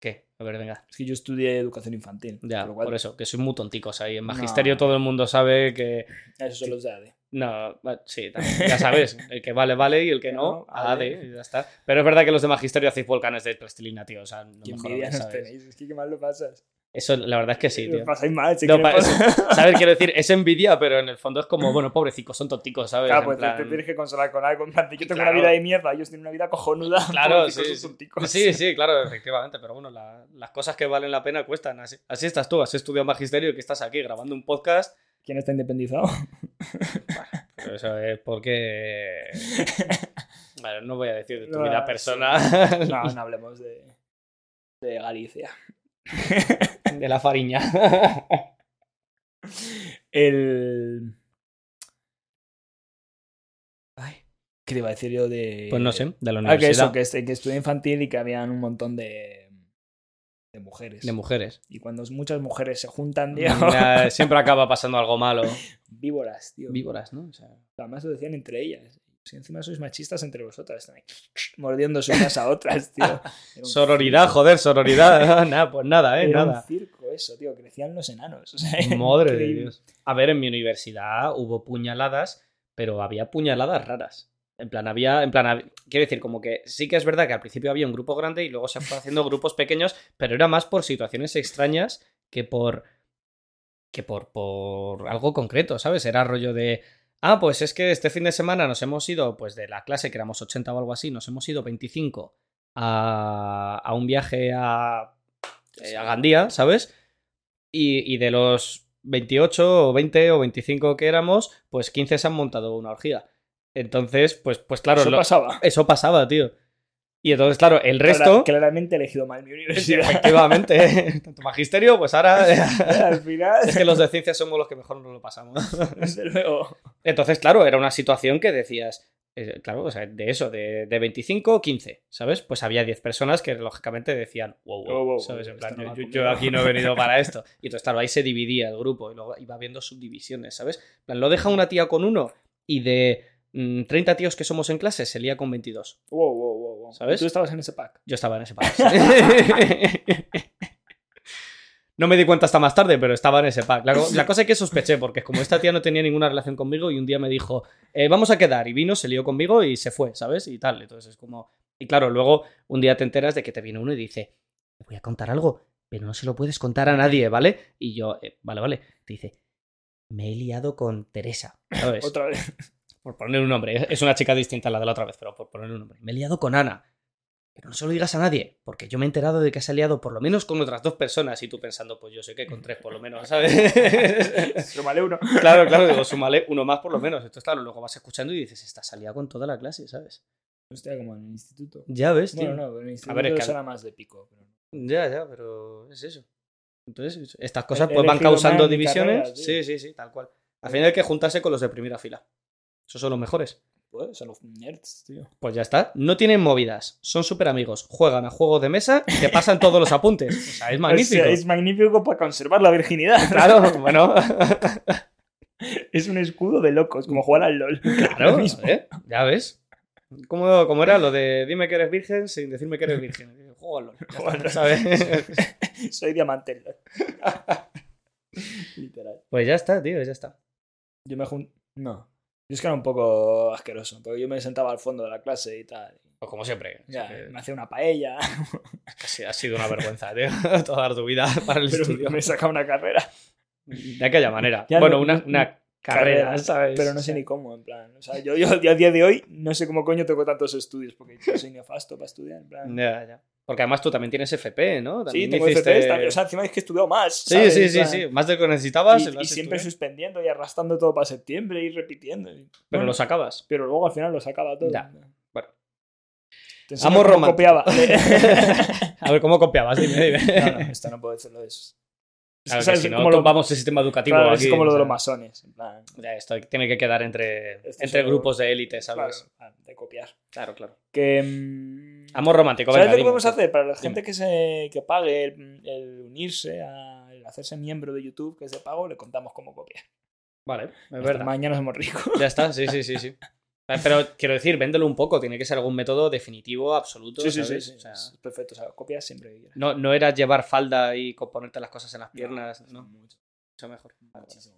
¿Qué? A ver, venga.
Es que yo estudié educación infantil.
Ya,
por lo cual,
por eso, que soy muy tonticos ahí. En
No.
magisterio todo el mundo sabe que.
Esos son los de AD.
No, va- sí, también, ya sabes. El que vale, vale y el que no,
No,
a
ade.
de, ya está. Pero es verdad que los de magisterio hacéis volcanes de plastilina, tío. O sea, no
Qué
me
envidia
jodas,
nos
¿sabes?
tenéis. Es que qué mal lo pasas.
Eso, la verdad es que sí,
Lo
tío.
pasáis mal, Ah, si
No,
quieres
pa-
pasar-
¿Sabes? Quiero decir, es envidia, pero en el fondo es como, bueno, pobrecicos, son tonticos, ¿sabes?
Claro,
En
pues te-
plan-
te tienes que consolar con algo. En plan, de, yo tengo
Claro.
una vida de mierda, ellos tienen una vida cojonuda.
Claro,
pobrecicos,
sí,
son
sí.
tonticos.
Sí, sí, claro, efectivamente, pero bueno, la- las cosas que valen la pena cuestan. Así, así estás tú, has estudiado magisterio y que estás aquí grabando un podcast.
¿Quién está independizado?
Pero eso es porque... Bueno, no voy a decir de tu
No,
vida
sí.
personal,
No, no hablemos de, de Galicia.
de la fariña.
El. Ay. ¿Qué te iba a decir yo de.
Pues no sé, de la
Ah, que
universidad.
eso, que, este- que estudié infantil y que habían un montón de. de mujeres.
De Mm, mujeres.
y cuando muchas mujeres se juntan, tío.
Nah, Siempre acaba pasando algo malo.
víboras, tío.
Víboras, ¿no? O sea,
Además lo decían entre ellas. Si encima sois machistas entre vosotras, están ahí mordiéndose unas a otras, tío. Era un
sororidad,
circo.
joder, sororidad. Nada, pues nada, eh,
Era un
nada.
circo eso, tío. Crecían los enanos. o sea,
Madre de
increíble.
Dios. A ver, en mi universidad hubo puñaladas, pero había puñaladas raras. En plan, había, en plan, hab- quiero decir, como que sí que es verdad que al principio había un grupo grande y luego se fue haciendo grupos pequeños, pero era más por situaciones extrañas que por que por, por algo concreto, ¿sabes? Era rollo de, ah, pues es que este fin de semana nos hemos ido, pues de la clase que éramos 80 o algo así, nos hemos ido 25 a, a un viaje a, eh, a Gandía, ¿sabes? Y, y de los 28 o 20 o 25 que éramos, pues 15 se han montado una orgía. Entonces, pues, pues claro,
Eso
lo-
pasaba.
eso pasaba, tío. Y entonces, claro, el
Clara-
resto...
claramente he elegido mal mi
Sí,
universidad.
efectivamente, tanto magisterio, pues ahora
Al final,
es que los de ciencia somos los que mejor nos lo pasamos.
desde luego.
Entonces, claro, era una situación que decías, eh, claro, o sea, de eso, de, de 25 o 15, ¿sabes? Pues había 10 personas que lógicamente decían, wow, wow,
Wow, wow,
¿sabes? En
esto
plan,
no va
yo, yo-
conmigo.
yo aquí no he venido para esto. Y entonces, claro, ahí se dividía el grupo y luego iba habiendo subdivisiones, ¿sabes? En plan, lo deja una tía con uno y de mm, 30 tíos que somos en clase se lía con 22.
Wow, wow, wow, wow.
¿Sabes?
Tú estabas en ese pack.
Yo estaba en ese pack. No me di cuenta hasta más tarde, pero estaba en ese pack. La, co- la cosa es que sospeché, porque como esta tía no tenía ninguna relación conmigo y un día me dijo, "Eh, vamos a quedar, y vino, se lió conmigo y se fue, ¿sabes? Y tal, entonces es como... Y claro, luego un día te enteras de que te viene uno y dice, te voy a contar algo, pero no se lo puedes contar a nadie, ¿vale? Y yo, "Eh, vale, vale, te dice, me he liado con Teresa, ¿sabes?
Otra vez.
por poner un nombre, es una chica distinta a la de la otra vez, pero por poner un nombre. Me he liado con Ana. Pero no se lo digas a nadie, porque yo me he enterado de que has liado por lo menos con otras dos personas y tú pensando, pues yo sé que con tres por lo menos, ¿sabes?
Suma el euro.
claro, claro, digo, súmale uno más por lo menos. Entonces, claro, luego vas escuchando y dices, estás aliado con toda la clase, ¿sabes?
Hostia, como en el instituto.
Ya ves, tío.
Bueno, no, pero en el instituto
ver, es que-
era más de pico. pero-
Ya, ya, pero es eso. Entonces, estas cosas
He
pues van
elegido
causando
mal mi
divisiones.
carrera, tío.
sí, sí, sí, tal cual. Al final hay que juntarse con los de primera fila. Esos son los mejores.
Pues, son los nerds, tío.
Pues ya está. No tienen movidas. Son súper amigos. Juegan a juegos de mesa y te pasan todos los apuntes. O sea, es magnífico.
O sea, es magnífico para conservar la virginidad.
Claro, bueno.
Es un escudo de locos, como jugar al LOL.
Claro,
Lo mismo.
¿eh? Ya ves. ¿Cómo, cómo era lo de dime que eres virgen sin decirme que eres virgen? Juego al LOL. Ya
Juego al
está,
LOL.
¿sabes?
Soy diamante en LOL. Literal.
Pues ya está, tío, ya está.
Yo me jun... No. Yo es que era un poco asqueroso, porque yo me sentaba al fondo de la clase y tal.
Pues como siempre.
Ya,
siempre-
me hacía una paella,
casi ha sido una vergüenza, tío. Toda tu vida para el
pero
estudio.
me sacaba una carrera.
De aquella manera.
Ya
bueno,
no-
una, una carrera,
carrera,
¿sabes?
Pero no sé
O sea,
ni cómo, en plan. O sea, yo, yo a día de hoy no sé cómo coño tengo tantos estudios, porque yo soy nefasto para estudiar. En plan.
Ya, ya. Porque además tú también tienes FP, ¿no?
Sí,
También
tengo
hiciste-
FPs, también, o sea, encima es que he estudiado más.
Sí,
¿sabes?
sí,
En
sí,
plan,
sí. Más de lo que necesitabas.
Y,
lo ¿eh?
y
has
siempre
estudiado.
suspendiendo y arrastrando todo para septiembre y repitiendo. y-
Pero
Bueno,
lo sacabas.
pero luego al final lo sacaba todo.
Ya, bueno.
Te enseño
Amor
cómo
romántico.
copiaba.
A ver, ¿cómo copiabas? Dime, dime.
no, no, esto no puedo decirlo de eso.
Claro,
O sea,
que
es
si no,
como lo-
vamos el sistema educativo
claro,
aquí,
es como lo
o sea,
de los masones. En plan,
ya, esto tiene que quedar entre,
Esto
entre
es-
grupos de élite, ¿sabes?
claro, ah, de copiar.
Claro, claro.
Que, mm,
Amor romántico,
¿Sabes
venga,
lo que
dime.
podemos hacer? Para la
Dime.
gente que, se, que pague el, el unirse, a, el hacerse miembro de YouTube, que es de pago, le contamos cómo copiar.
Vale, es
Hasta
verdad.
Mañana somos ricos.
Ya está, sí, sí, sí, sí. Eh, Pero quiero decir, véndelo un poco. Tiene que ser algún método definitivo, absoluto,
Sí, sí, sí,
¿sabes?
sí,
O sea,
es Perfecto, o sea, copias siempre que quieras.
no, no era llevar falda y co- ponerte las cosas en las Mm. piernas, ¿no?
Ah, Mucho,
Mucho mejor. Vale, vale.
muchísimo.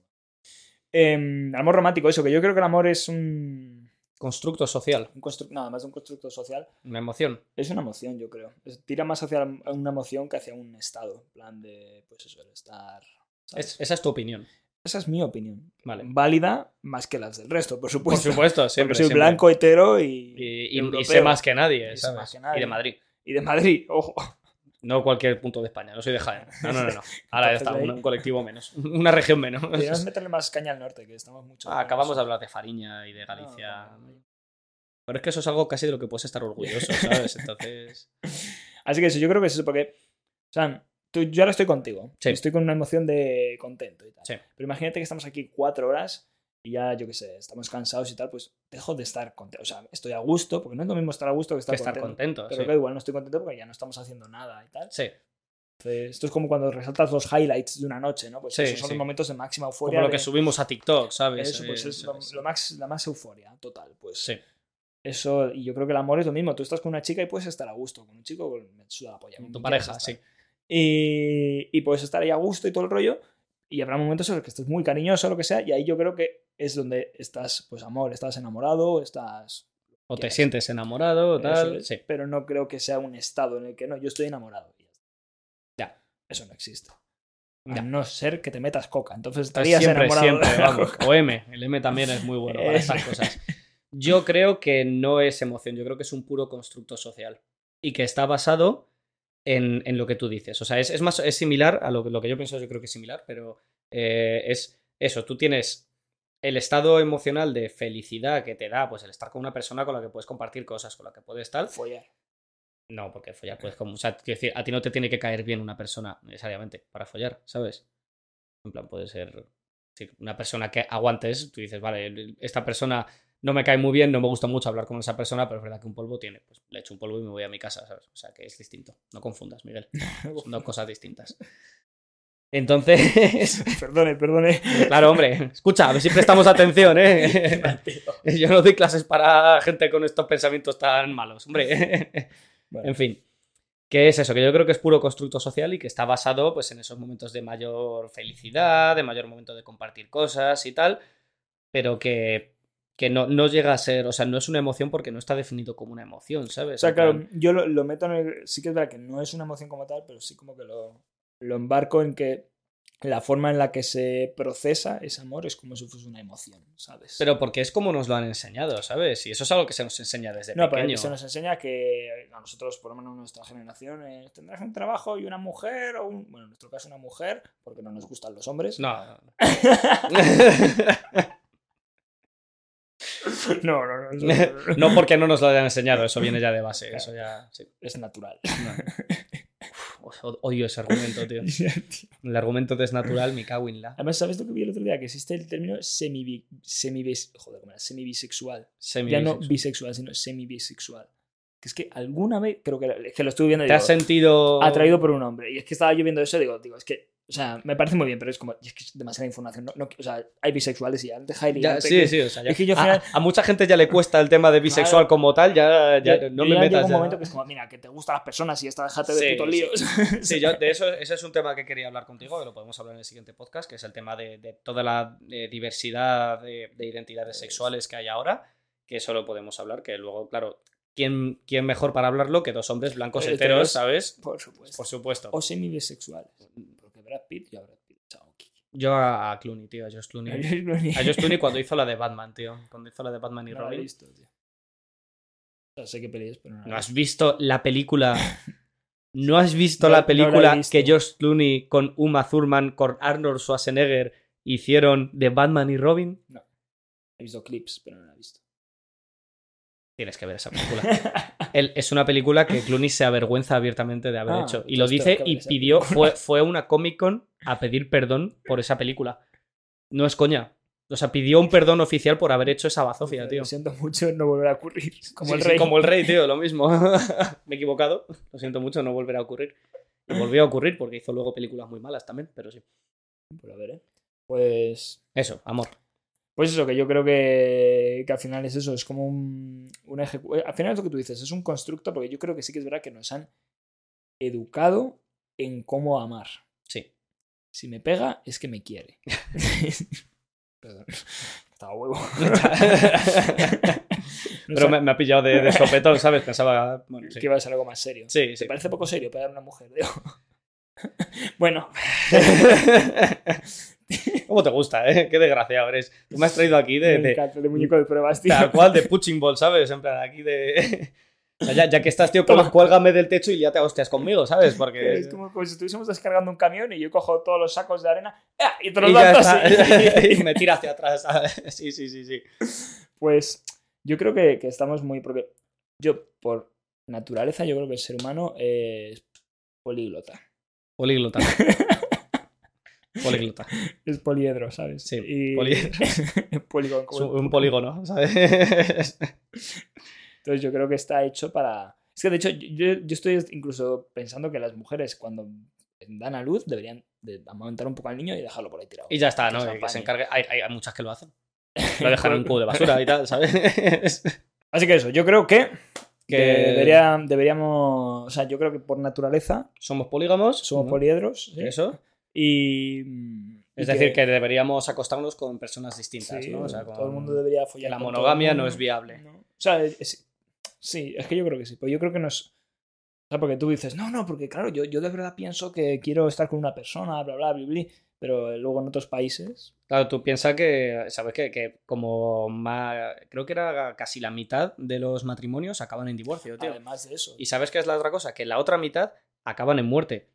Em, amor romántico, eso, que yo creo que el amor es un,
Constructo social,
un constructo, nada más de un constructo social,
una emoción.
Es una emoción, yo creo. Es- tira más hacia la- una emoción que hacia un estado. En plan de, pues eso, el estar. ¿sabes?
Es- esa es tu opinión.
Esa es mi opinión.
Vale.
Válida más que las del resto, por
Por
supuesto.
supuesto, siempre.
Mm, pues, Porque soy
siempre.
blanco, hetero y,
Y, y- y
europeo.
sé más que nadie,
Y sé
¿sabes?
más que nadie.
Y de Madrid.
y de Madrid. Ojo.
No cualquier punto de España, no soy de Jaén. No, no, no. no. Ahora ya está,
Entonces,
un,
ahí-
un colectivo menos. Una región menos.
Deberíamos meterle más caña al norte, que estamos mucho.
Ah, acabamos de hablar de Fariña
Ah,
y de Galicia. Pero es que eso es algo casi de lo que puedes estar orgulloso, ¿sabes? Entonces.
Así que eso, yo creo que es eso, porque. O sea, tú- yo ahora estoy contigo.
Sí.
Estoy con una emoción de contento y tal.
Sí.
Pero imagínate que estamos aquí cuatro horas. y ya, yo qué sé, estamos cansados y tal, pues dejo de estar contento. O sea, estoy a gusto, porque no es lo mismo estar a gusto que estar,
que estar
contento.
contento.
Pero
sí.
que igual no estoy contento porque ya no estamos haciendo nada y tal.
Sí.
Entonces, esto es como cuando resaltas los highlights de una noche, ¿no? Pues
Sí,
esos son
sí.
los momentos de máxima euforia.
Como lo
de-
que subimos a TikTok, ¿sabes?
Eso, pues
Eh,
es lo,
¿sabes?
lo max- la más euforia total, pues.
Sí.
Eso, y yo creo que el amor es lo mismo. Tú estás con una chica y puedes estar a gusto. Con un chico, pues, me suda la polla.
Con
con
tu
quien
pareja,
quieras
sí.
estar. Y, y puedes estar ahí a gusto y todo el rollo. Y habrá momentos en los que estés muy cariñoso, lo que sea. Y ahí yo creo que es donde estás, pues amor, estás enamorado, estás.
O te
Yes.
sientes enamorado, o
eso
tal.
es,
Sí.
Pero no creo que sea un estado en el que no, yo estoy enamorado. y ya está.
Ya.
Eso no existe. A
Ya.
no ser que te metas coca. Entonces
Pues
estarías
siempre,
enamorado. de
siempre,
la
vamos.
coca.
O M, el M también es muy bueno para
Eh,
estas cosas. Yo creo que no es emoción, yo creo que es un puro constructo social y que está basado en, en lo que tú dices. O sea, es, es más, es similar a lo, que- lo que yo pienso, yo creo que es similar, pero eh, es eso, tú tienes el estado emocional de felicidad que te da, pues el estar con una persona con la que puedes compartir cosas, con la que puedes tal,
Follar.
no, porque follar, pues como. O sea, quiero decir, a ti no te tiene que caer bien una persona necesariamente para follar, ¿sabes? En plan, puede ser. sí, Una persona que aguantes, tú dices, vale, esta persona no me cae muy bien, no me gusta mucho hablar con esa persona, pero es verdad que un polvo tiene. Pues le echo un polvo y me voy a mi casa, ¿sabes? O sea, que es distinto. No confundas, Miguel. Son dos cosas distintas. Entonces.
perdone, perdone.
Claro, hombre, escucha, a ver si prestamos atención, ¿eh? Yo no doy clases para gente con estos pensamientos tan malos, hombre.
Bueno.
En fin, que es eso, que yo creo que es puro constructo social y que está basado pues, en esos momentos de mayor felicidad, de mayor momento de compartir cosas y tal, pero que, que no, no llega a ser, o sea, no es una emoción porque no está definido como una emoción, ¿sabes?
O sea,
En plan,
claro, yo lo, lo meto en el. Sí que es verdad que no es una emoción como tal, pero sí como que lo, lo embarco en que la forma en la que se procesa ese amor es como si fuese una emoción, ¿sabes?
Pero porque es como nos lo han enseñado, ¿sabes? Y eso es algo que se nos enseña desde
no, pero
pequeño.
se nos enseña que a nosotros, por lo menos nuestra generación, eh, tendrás un trabajo y una mujer, o un, bueno, en nuestro caso una mujer, porque no nos gustan los hombres.
No, no, no.
no, no, no, no, no, no.
No porque no nos lo hayan enseñado, eso viene ya de base, eso ya... sí.
Es natural.
Uf, Odio ese argumento, tío.
Ya, tío.
El argumento desnatural, me cago en la...
Además, ¿sabes lo que vi el otro día? Que existe el término semi, semibis, joder, ¿cómo era? semibisexual. ya no
Semibisexual.
bisexual, sino semi-bisexual. Que es que alguna vez, creo que, era- es que lo estuve viendo y
¿Te
digo,
has sentido
atraído por un hombre. Y es que estaba yo viendo eso y digo, digo, es que, o sea, me parece muy bien, pero es como, es que es demasiada información. No, no- o sea, hay bisexuales y ya, deja de
Ya,
liarte,
sí,
que-
sí, o sea, ya-
es que yo al
a,
final-
a mucha gente ya le cuesta el tema de bisexual
Claro.
como tal, ya, ya
yo-
no
yo
me
ya llega
metas.
un
ya.
momento que es como, mira, que te gustan las personas y esta déjate
Sí,
de putos
sí.
líos.
Sí, yo de eso ese es un tema que quería hablar contigo, que lo podemos hablar en el siguiente podcast, que es el tema de, de toda la eh, diversidad de, de identidades
Eso.
sexuales que hay ahora, que eso lo podemos hablar, que luego, claro, ¿quién, quién mejor para hablarlo que dos hombres blancos
Eh, pues
heteros,
heteros.
¿sabes?
Por supuesto.
Por supuesto.
O semi-bisexuales. Porque Brad Pitt, yo a Brad Pitt, chao, Kiki.
Yo a, a Clooney, tío, a Josh Clooney. A Josh Clooney cuando hizo la de Batman, tío. Cuando hizo la de Batman y
No la he
Robin.
visto, tío. O sea, sé qué peli es, pero no la
¿No
he
has visto la película? ¿No has visto
No- no
la
la he
película
visto.
que George Clooney con Uma Thurman, con Arnold Schwarzenegger hicieron de Batman y Robin?
He visto clips, pero no la he visto.
Tienes que ver esa película. El- es una película que Clooney se avergüenza abiertamente de haber
Ah,
hecho. Y
entonces
lo
tengo
dice
que ver
y
esa
pidió,
película.
fue, fue a una Comic Con a pedir perdón por esa película. No es coña. O sea, pidió un perdón oficial por haber hecho esa bazofia, tío.
Eh, Lo siento mucho, no volverá a ocurrir. Como
Sí,
el
sí,
rey.
como el rey, tío, lo mismo. Me he equivocado. Lo siento mucho, no volverá a ocurrir. Y volvió a ocurrir porque hizo luego películas muy malas también, pero sí.
Pero a ver, ¿eh? Pues.
Eso, amor.
Pues eso, que yo creo que, que al final es eso, es como un, una ejecu- eh, Al final es lo que tú dices, es un constructo, porque yo creo que sí que es verdad que nos han educado en cómo amar.
Sí.
Si me pega, es que me quiere. Perdón. Estaba huevo.
pero me, me ha pillado de, de sopetón, ¿sabes? Pensaba. Bueno, sí.
Que iba a ser algo más serio.
Sí, sí.
Te parece poco serio pegar a una mujer, digo. bueno,
¿Cómo te gusta, eh? Qué desgraciado eres. Tú me has traído aquí de,
me
de,
encanta, de muñeco de pruebas, tío.
Tal cual, de punching ball, ¿sabes? En plan, aquí de. O sea, ya, ya que estás, tío, cuel- cuélgame del techo y ya te hostias conmigo, ¿sabes? Porque.
Es como, como si estuviésemos descargando un camión y yo cojo todos los sacos de arena ¡ah! y te los
Y ya
lanzo
está.
así.
y me tira hacia atrás. ¿sabes? Sí, sí, sí, sí.
Pues yo creo que, que estamos muy. Porque yo, por naturaleza, yo creo que el ser humano es políglota.
Políglota. Poliglota.
Es poliedro, ¿sabes?
Sí,
Y-
poliedro.
polígono,
Es
como el-
un polígono, ¿sabes?
Entonces yo creo que está hecho para... Es que de hecho yo, yo estoy incluso pensando que las mujeres cuando dan a luz deberían de amamantar un poco al niño y dejarlo por ahí tirado.
Y ya está,
Que se
¿no? Que se
apañe.
encargue. Hay, hay- hay muchas que lo hacen. Lo dejan en un cubo de basura y tal, ¿sabes?
Así que eso, yo creo que,
Que-
que debería- deberíamos... O sea, yo creo que por naturaleza
Somos polígamos.
somos
¿no?
poliedros. ¿sí?
Eso.
Y...
Es
y
decir, que deberíamos acostarnos con personas distintas,
sí,
¿no? O sea,
todo el
con-
mundo debería follar.
la
con todo el
monogamia no
mundo,
es viable.
¿no? O sea, es- sí, es que yo creo que sí. Pero yo creo que no es. O sea, porque tú dices, no, no, porque claro, yo, yo de verdad pienso que quiero estar con una persona, bla, bla, bla, bla. Pero luego en otros países.
Claro, tú piensas que, ¿sabes qué? Que como ma- creo que era casi la mitad de los matrimonios acaban en divorcio, tío.
Además de eso.
Y ¿sabes qué es la otra cosa? Que la otra mitad acaban en muerte.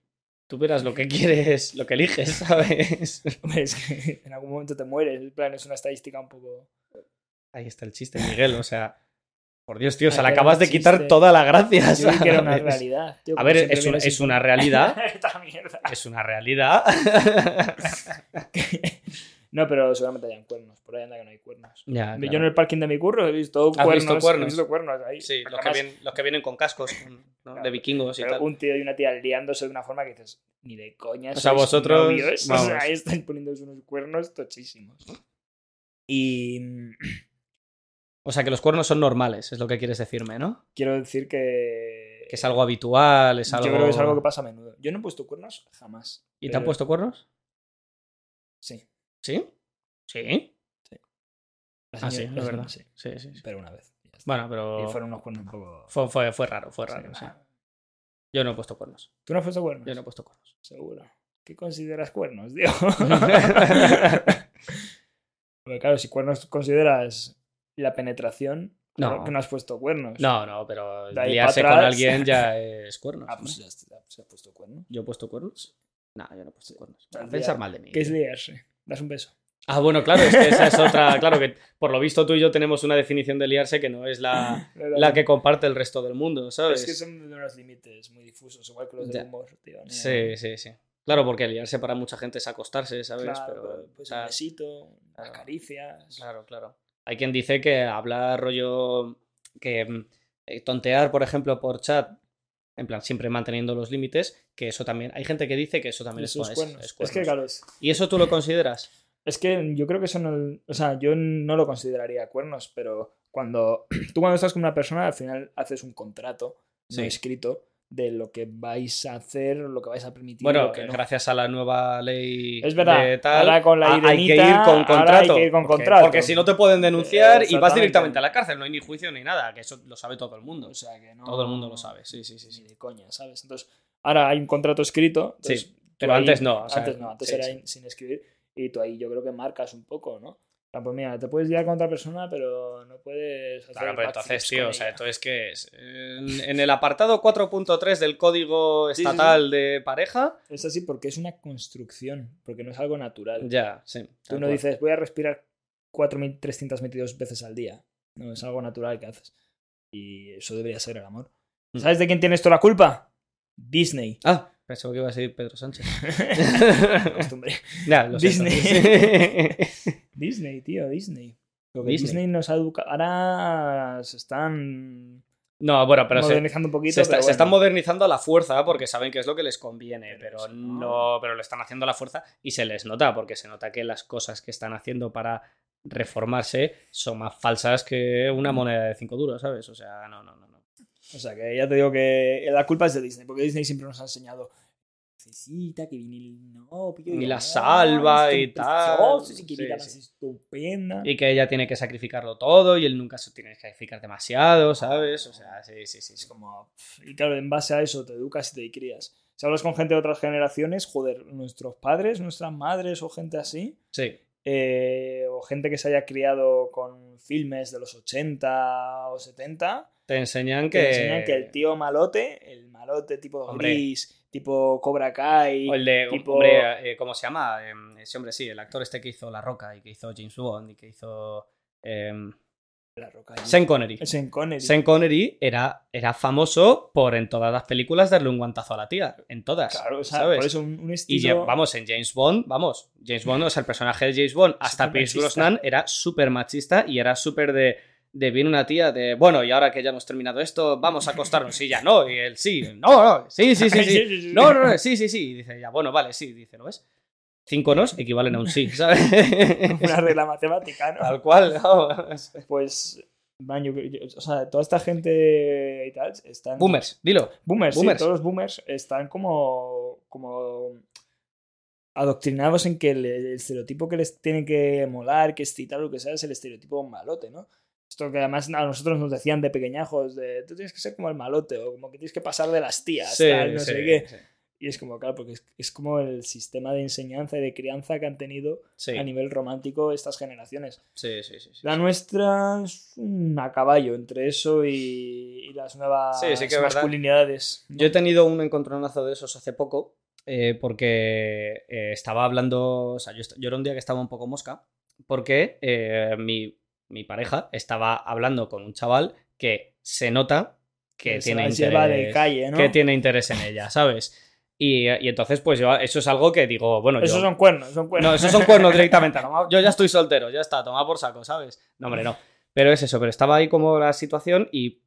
Tú verás lo que quieres, lo que eliges, ¿sabes?
Hombre, es que en algún momento te mueres. En plan, es una estadística un poco.
Ahí está el chiste, Miguel, o sea... Por Dios, tío, o sea, le
Ay, era
acabas
un
de quitar
chiste.
toda la gracia,
Yo vi que era una
¿sabes?
realidad.
A
tío, como
ver,
siempre
es, un-
vienes
es
y-
una realidad,
Esta mierda.
es una realidad.
No, pero seguramente hayan cuernos. Por ahí anda que no hay cuernos.
Ya,
Yo en
Ah, claro.
el parking de mi curro he visto
¿Has
cuernos.
visto cuernos?
He visto cuernos ahí.
Sí, los que,
Además,
vienen, los que vienen con cascos ¿no? de vikingos y
Pero
tal.
un tío y una tía liándose de una forma que dices, ni de coña.
O sea,
sois
vosotros,
novios". O
vamos.
sea, ahí estáis poniéndose unos cuernos tochísimos. Y mm,
O sea, que los cuernos son normales, es lo que quieres decirme, ¿no?
quiero decir que.
Que es algo habitual, es algo...
Eh, Yo creo que es algo que pasa eh, a menudo. Yo no he puesto cuernos jamás.
¿Y te
pero-
han puesto cuernos?
Sí.
¿Sí? ¿Sí?
La
Ah, sí,
señora- la
es verdad.
señora sí,
Sí, sí, sí.
Pero una vez. ya está.
Bueno,
Y
pero
fueron unos cuernos un poco.
fue, fue, fue raro, fue
Sí,
raro. sí.
ah.
Yo no he puesto cuernos.
¿Tú no has puesto cuernos?
Yo no he puesto cuernos.
Seguro. ¿Qué consideras cuernos, tío? Porque claro, si cuernos consideras la penetración,
No.
claro que no has puesto cuernos.
No, no, pero
De ahí
liarse
pa'
con
atrás.
alguien ya es cuernos.
Ah, pues
¿no?
ya está, se ha puesto cuernos.
¿Yo he puesto cuernos? No, yo no he puesto cuernos.
Al día-
Pensar mal de mí.
¿Qué es liarse? Das un beso.
Ah, bueno, claro, es que esa es otra. Claro, que por lo visto tú y yo tenemos una definición de liarse que no es la, la que comparte el resto del mundo, ¿sabes?
Es que son de unos límites muy difusos, igual que los
Ya.
del humor, tío. ¿no?
Sí, sí, sí. Claro, porque liarse para mucha gente es acostarse, ¿sabes?
Claro,
pero,
pues
tal.
un besito,
Claro.
acaricias.
Claro, claro. Hay quien dice que hablar rollo. que mm, eh, tontear, por ejemplo, por chat, en plan, siempre manteniendo los límites, que eso también. Hay gente que dice que eso también es,
Esos
es-
cuernos.
es
Es que,
cuernos.
claro, es,
¿Y eso tú lo consideras?
es que yo creo que son. o sea, yo no lo consideraría cuernos, pero cuando tú cuando estás con una persona, al final haces un contrato no
Sí.
escrito de lo que vais a hacer, lo que vais a permitir.
Bueno,
lo que no.
gracias a la nueva ley.
Es verdad.
de tal,
ahora con la
Ah, hay que
Irenita,
ir con
ahora
contrato.
Hay que ir con
porque,
contrato.
porque si no te pueden denunciar y vas
Exactamente.
directamente a la cárcel, no hay ni juicio ni nada, que eso lo sabe todo el mundo.
O sea que Pues no-
Todo el mundo lo sabe, sí, sí, sí, sí.
Ni de coña, ¿sabes? Entonces, ahora hay un contrato escrito. entonces
Sí,
tú
Pero
ahí-
antes no. o sea,
antes no, antes
sí,
era
sí.
in- sin escribir. Y tú ahí yo creo que marcas un poco, ¿no? Ah, Pues mira, te puedes liar con otra persona, pero no puedes hacer.
Claro, pero entonces,
backflips
tío,
con
o sea,
ella.
entonces que es. En, en el apartado 4.3 del código
Sí, sí, sí.
estatal de pareja.
Es así porque es una construcción, porque no es algo natural.
Ya, sí.
tú
tal
no
cual.
dices, voy a respirar 4.322 veces al día. No, es algo natural que haces. Y eso debería ser el amor.
Mm.
¿Sabes de quién tienes toda la culpa? Disney.
Ah, pensaba que iba a decir Pedro Sánchez.
Costumbre.
Ya, lo siento.
Disney. Disney, tío, Disney. Porque
Disney.
Disney. nos ha educado. Ahora se están
no, bueno, Ah, pero se,
modernizando un poquito.
se, está-
pero
se están
bueno.
modernizando a la fuerza porque saben que es lo que les conviene,
Pero
pero,
eso
no. pero lo están haciendo a la fuerza y se les nota porque se nota que las cosas que están haciendo para reformarse son más falsas que una
Mm.
moneda de cinco duros, ¿sabes? O sea, no, no, no. no.
O sea, que ya te digo que la culpa es de Disney, porque Disney siempre nos ha enseñado necesita que viene el novio
Y la
amor,
salva
es
y
tan
tal.
precioso, y que
Sí,
vida más
sí.
estupenda.
Y que ella tiene que sacrificarlo todo y él nunca se tiene que sacrificar demasiado, ¿sabes? O sea, sí, sí, sí.
Es
sí.
como. pff, Y claro, en base a eso te educas y te crías. Si hablas con gente de otras generaciones, joder, nuestros padres, nuestras madres o gente así,
Sí.
eh, o gente que se haya criado con filmes de los 80 o 70,
Te enseñan
que
que...
te enseñan que el tío malote, el malote tipo
Hombre.
gris, tipo Cobra Kai,
O el de,
tipo-
hombre, eh, ¿cómo se llama? Em, ese hombre, sí, el actor este que hizo La Roca y que hizo James Bond y que hizo... em,
La Roca.
Sean Connery.
Sean Connery.
Sean Connery era, era famoso por en todas las películas darle un guantazo a la tía. En todas.
Claro, o sea,
¿sabes?
por eso un, un
Y
estilo.
ya- vamos, en James Bond, vamos. James Bond, o sea, el personaje de James Bond, hasta
Súper
Pierce
machista.
Brosnan, era súper machista y era súper de. De bien una tía de, bueno, y ahora que ya hemos terminado esto, vamos a acostarnos. Sí, ya no. Y él, sí, no, no, sí, sí, sí, sí. No, no, no, sí, sí, sí. Y dice, ya, bueno, vale, sí. Dice, ¿lo ves? Cinco nos equivalen a un sí, ¿sabes?
Una regla matemática, ¿no?
Tal cual, vamos.
Pues, man, yo- yo- o sea, toda esta gente y tal están.
Boomers, dilo.
Boomers, sí,
Boomers.
todos los boomers están como, como adoctrinados en que el, el estereotipo que les tiene que molar, que excitar, lo que sea, es el estereotipo malote, ¿no? Esto que además a nosotros nos decían de pequeñajos, de tú tienes que ser como el malote o como que tienes que pasar de las tías, tal, no sé qué.
sí,
Y es como, claro, porque es, es como el sistema de enseñanza y de crianza que han tenido
sí.
a nivel romántico estas generaciones.
Sí, sí, sí. sí.
La nuestra es un a caballo entre eso y, y las nuevas
Sí, sí que es verdad.
masculinidades. ¿no?
Yo he tenido un encontronazo de esos hace poco, eh, porque eh, estaba hablando, o sea, yo, est- yo era un día que estaba un poco mosca, porque eh, mi, mi pareja estaba hablando con un chaval que se nota que
se
tiene
las
interés.
lleva de calle, ¿no?
que tiene interés en ella, ¿sabes? Y, y entonces, pues yo, eso es algo que digo, bueno, yo...
Esos son cuernos, son cuernos.
No, esos son cuernos directamente. toma- Yo ya estoy soltero, ya está, toma por saco, ¿sabes? No, hombre, no. Pero es eso, pero estaba ahí como la situación y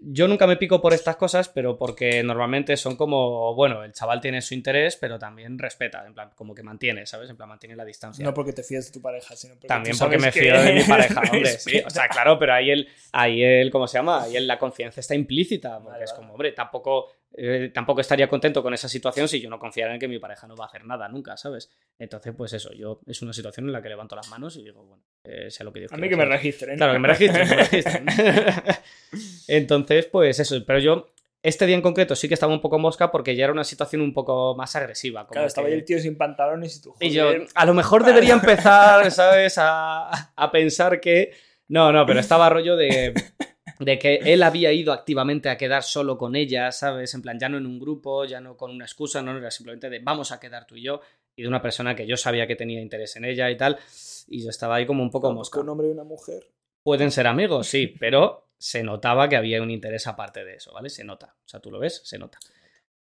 yo nunca me pico por estas cosas, pero porque normalmente son como, bueno, el chaval tiene su interés, pero también respeta, en plan, como que mantiene, ¿sabes? En plan, mantiene la distancia.
No porque te fíes de tu pareja, sino porque
También
tú
porque me
sabes
fío
que-
de mi pareja, hombre. sí.
Respeta.
O sea, claro, pero ahí el, ahí el, ¿cómo se llama? Ahí el, la confianza está implícita, porque
Vale,
es
vale.
como, hombre, tampoco, eh, tampoco estaría contento con esa situación si yo no confiara en que mi pareja no va a hacer nada nunca, ¿sabes? Entonces, pues eso, yo es una situación en la que levanto las manos y digo, bueno, eh, sea lo que Dios
A
quiera,
mí que me
¿sabes?
registren.
Claro, que me registren, que me registren. Entonces, pues eso, pero yo... Este día en concreto sí que estaba un poco mosca porque ya era una situación un poco más agresiva. Como
Claro, estaba
que-
ahí el tío sin pantalones y tú,
y yo,
joder,
a lo mejor debería empezar, ¿sabes? A, a pensar que. No, no, pero estaba rollo de, de que él había ido activamente a quedar solo con ella, ¿sabes? En plan, ya no en un grupo, ya no con una excusa, no, era simplemente de vamos a quedar tú y yo, y de una persona que yo sabía que tenía interés en ella y tal. Y yo estaba ahí como un poco
¿no?
mosca.
un hombre y una mujer.
Pueden ser amigos, sí, pero se notaba que había un interés aparte de eso, ¿vale? Se nota. O sea, tú lo ves, se nota.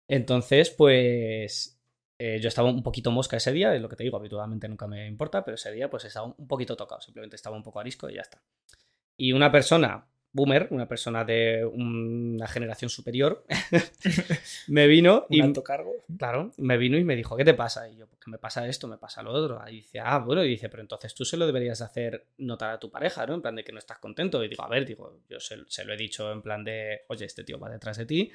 Entonces, pues. eh, yo estaba un poquito mosca ese día, es lo que te digo, habitualmente nunca me importa, pero ese día pues estaba un poquito tocado, simplemente estaba un poco arisco y ya está. Y una persona, boomer, una persona de una generación superior, me vino
Un
y...
alto cargo.
Claro, me vino y me dijo, ¿qué te pasa? Y yo, pues que me pasa esto, me pasa lo otro. Y dice, ah, bueno, y dice, pero entonces tú se lo deberías de hacer notar a tu pareja, ¿no? En plan de que no estás contento. Y digo, a ver, digo, yo se, se lo he dicho en plan de, oye, este tío va detrás de ti.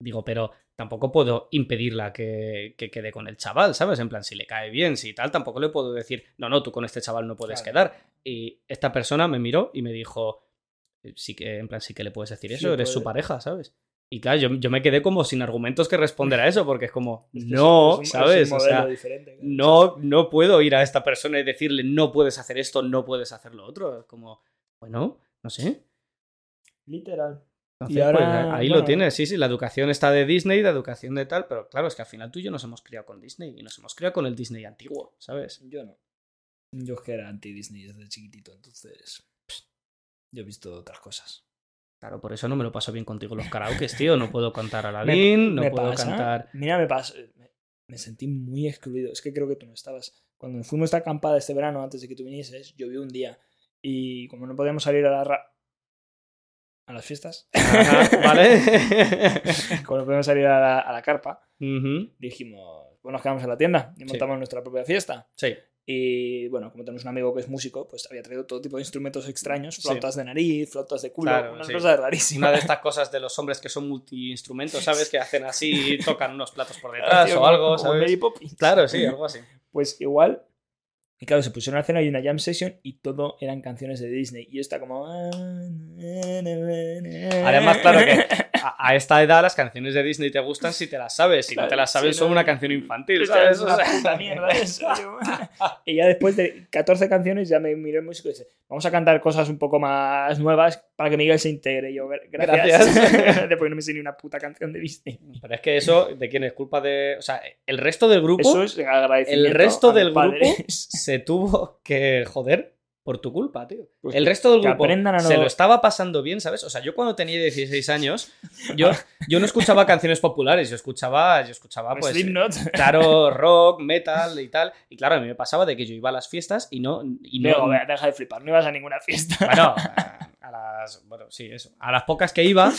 Digo, pero tampoco puedo impedirla que, que quede con el chaval, ¿sabes? En plan, si le cae bien, si tal, tampoco le puedo decir, no, no, tú con este chaval no puedes
Claro.
quedar. Y esta persona me miró y me dijo, "Eh, sí que, en plan, sí que le puedes decir
Sí,
eso, eres su
puede.
pareja, ¿sabes? Y claro, yo, yo me quedé como sin argumentos que responder a eso, porque es como,
Es que
no,
es un- es un
¿sabes? O
modelo
sea,
diferente, claro.
no, no puedo ir a esta persona y decirle, no puedes hacer esto, no puedes hacer lo otro. Es como, bueno, no sé.
Literal.
Entonces,
Y ahora,
pues, ahí
bueno.
lo tienes, sí, sí, la educación está de Disney, la educación de tal, pero claro, es que al final tú y yo nos hemos criado con Disney y nos hemos criado con el Disney antiguo, ¿sabes?
Yo no. Yo es que era anti-Disney desde chiquitito, entonces. pss, Yo he visto otras cosas.
Claro, por eso no me lo paso bien contigo en los karaokes, tío. No puedo cantar Aladdin, no
me
puedo
pasa,
cantar.
Mira, me pasa. Me, me sentí muy excluido. Es que creo que tú no estabas. Cuando fuimos a esta acampada este verano, antes de que tú vinieses, llovió un día. Y como no podíamos salir a la ra- a las fiestas,
Ajá, ¿Vale?
como no podíamos salir a la, a la carpa,
Ujú,
dijimos, bueno, nos quedamos en la tienda y
Sí.
montamos nuestra propia fiesta.
Sí.
Y bueno, como tenemos un amigo que es músico, pues había traído todo tipo de instrumentos extraños,
Sí.
flautas de nariz, flautas de culo,
Claro,
unas
sí.
cosas rarísimas.
Una de estas cosas de los hombres que son multiinstrumentos, ¿sabes? Que hacen así y tocan unos platos por
Claro,
detrás
tío,
o algo,
como Mary
¿sabes?
Poppins.
Claro, sí, algo así.
Pues igual. Y claro, se pusieron a cenar y una jam session y todo eran canciones de Disney. Y está como. "Ah, Además,
Además, claro que a, a esta edad las canciones de Disney te gustan si te las sabes. Si no te las sabes,
Sí,
son
no.
una canción infantil,
Esta
¿sabes? Ah,
es
O
una
sea,
puta mierda, eso, yo. y ya después de 14 canciones ya me miró el músico y dice, vamos a cantar cosas un poco más nuevas para que Miguel se integre. Y yo, "Gra- gracias.
Gracias.
Después no me sé ni una puta canción de Disney.
Pero es que eso, ¿de quién es culpa de...? O sea, el resto del grupo
Eso es agradecimiento
el resto
a mis
del grupo
padres.
se tuvo que joder por tu culpa, tío.
Pues
el resto del
que
grupo
aprendan a no-
se lo estaba pasando bien, ¿sabes? O sea, yo cuando tenía 16 años, yo, yo no escuchaba canciones populares, yo escuchaba, yo escuchaba pues,
Slipknot.
claro, rock, metal y tal. Y claro, a mí me pasaba de que yo iba a las fiestas y no... Y no
Diego, vea, deja de flipar, no ibas a ninguna fiesta.
bueno, a- a las, bueno, sí, eso. A las pocas que iba,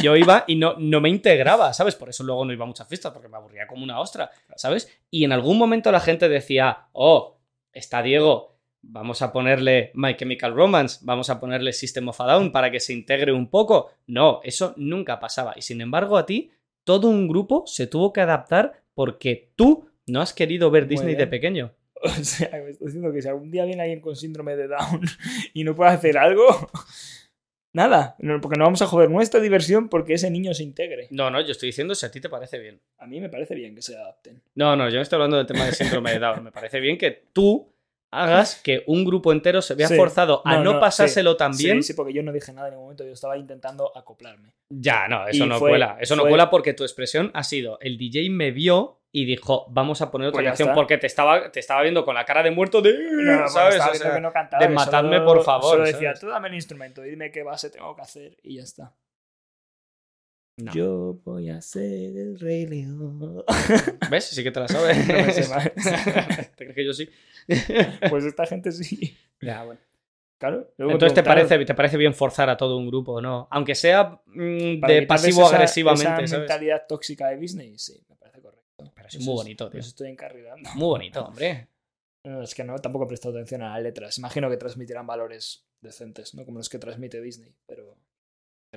yo iba y no, no me integraba, ¿sabes? Por eso luego no iba a muchas fiestas, porque me aburría como una ostra, ¿sabes? Y en algún momento la gente decía, oh, está Diego, vamos a ponerle My Chemical Romance, vamos a ponerle System of a Down para que se integre un poco. No, eso nunca pasaba. Y sin embargo, a ti, todo un grupo se tuvo que adaptar porque tú no has querido ver
Muy
Disney de
bien.
pequeño.
O sea, me estoy diciendo que si algún día viene alguien con síndrome de Down y no puede hacer algo, nada, no- porque no vamos a joder nuestra diversión porque ese niño se integre.
No, no, yo estoy diciendo si a ti te parece bien.
A mí me parece bien que se adapten.
No, no, yo no estoy hablando del tema del síndrome de Down. Me parece bien que tú hagas que un grupo entero se vea
Sí.
forzado a
No,
no,
no,
pasárselo tan bien.
Sí, sí, porque yo no dije nada en ningún momento, yo estaba intentando acoplarme.
Ya, no, eso
Y
no
fue-
cuela. Eso no
fue-
cuela porque tu expresión ha sido el DJ me vio y dijo, vamos a poner otra
Pues ya
canción
está.
porque te estaba, te estaba viendo con la cara de muerto de...
No,
¿sabes?
porque estaba
O
viendo
sea,
que no cantaba,
de
que solo-
matadme, por favor,
Solo decía,
¿sabes?
tú dame el instrumento y dime qué base tengo que hacer y ya está.
No.
Yo voy a ser el rey león.
¿Ves? Sí que te la
No me sé
sabes.
más.
¿Te crees que yo sí?
pues esta gente sí.
Ya, bueno.
Claro. luego me
Entonces, ¿te
preguntaron,
parece, ¿te parece bien forzar a todo un grupo, no? Aunque sea mm,
para
de
quitarles esa-
pasivo-agresivamente,
Esa
¿sabes?
mentalidad tóxica de Disney, sí, me parece correcto.
Pero es
Eso
muy bonito, tío.
Pues estoy encarrilando.
Muy bonito, hombre.
No, es que no, tampoco he prestado atención a las letras. Imagino que transmitirán valores decentes, ¿no? Como los que transmite Disney, pero en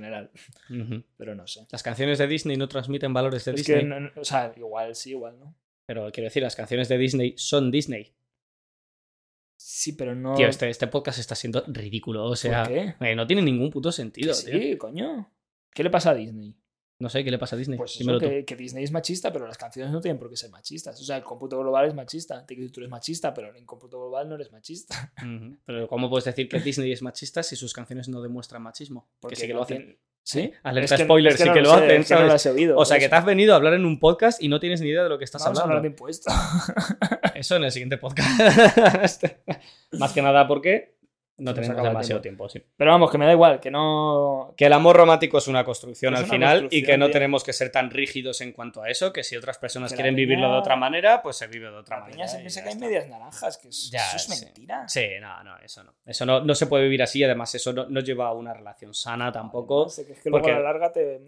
general,
Ujú.
pero no sé.
Las canciones de Disney no transmiten valores de
es
Disney.
que, no- no- o sea, igual sí, igual no.
Pero quiero decir, las canciones de Disney son Disney.
Sí, pero no.
Tío, este, este podcast está siendo ridículo. O
¿Por
sea,
qué?
eh, no tiene ningún puto
Que
sentido, tío.
sí, coño. ¿Qué le pasa a Disney?
No sé qué le pasa a Disney.
Pues eso,
Dímelo tú.
que, que Disney es machista, pero las canciones no tienen por qué ser machistas. O sea, el cómputo global es machista. Te que tú eres machista, pero en el cómputo global no eres machista.
Ujú. Pero ¿cómo puedes decir que Disney es machista si sus canciones no demuestran machismo? Porque
Porque
sí que lo
no
hacen. ¿Eh?
tienen- ¿Sí?
Alerta
Es que-
spoiler,
es que
sí
no
que lo
sé,
hacen,
es que no
¿sabes?
lo has oído,
O sea,
por
que
eso.
te has venido a hablar en un podcast y no tienes ni idea de lo que estás
Vamos a
hablando.
hablar de impuestos.
Eso en el siguiente podcast. Más que nada porque no
Se nos
tenemos
acaba el
demasiado tiempo, sí.
Pero vamos, que me da igual, que no.
Que el amor romántico es una construcción
Es
al
una
final y que
construcción,
no
tío.
tenemos que ser tan rígidos en cuanto a eso, que si otras personas
Que la
quieren
peña-
vivirlo de otra manera, pues se vive de otra
La
manera.
peña se
y
piensa
ya
que hay
está.
medias naranjas, que es-
Ya,
eso es
sí.
mentira.
Sí, no, no, eso no. Eso no, no se puede vivir así, además eso no, no lleva a una relación sana tampoco.
Además, que es que
porque-
luego a la larga te.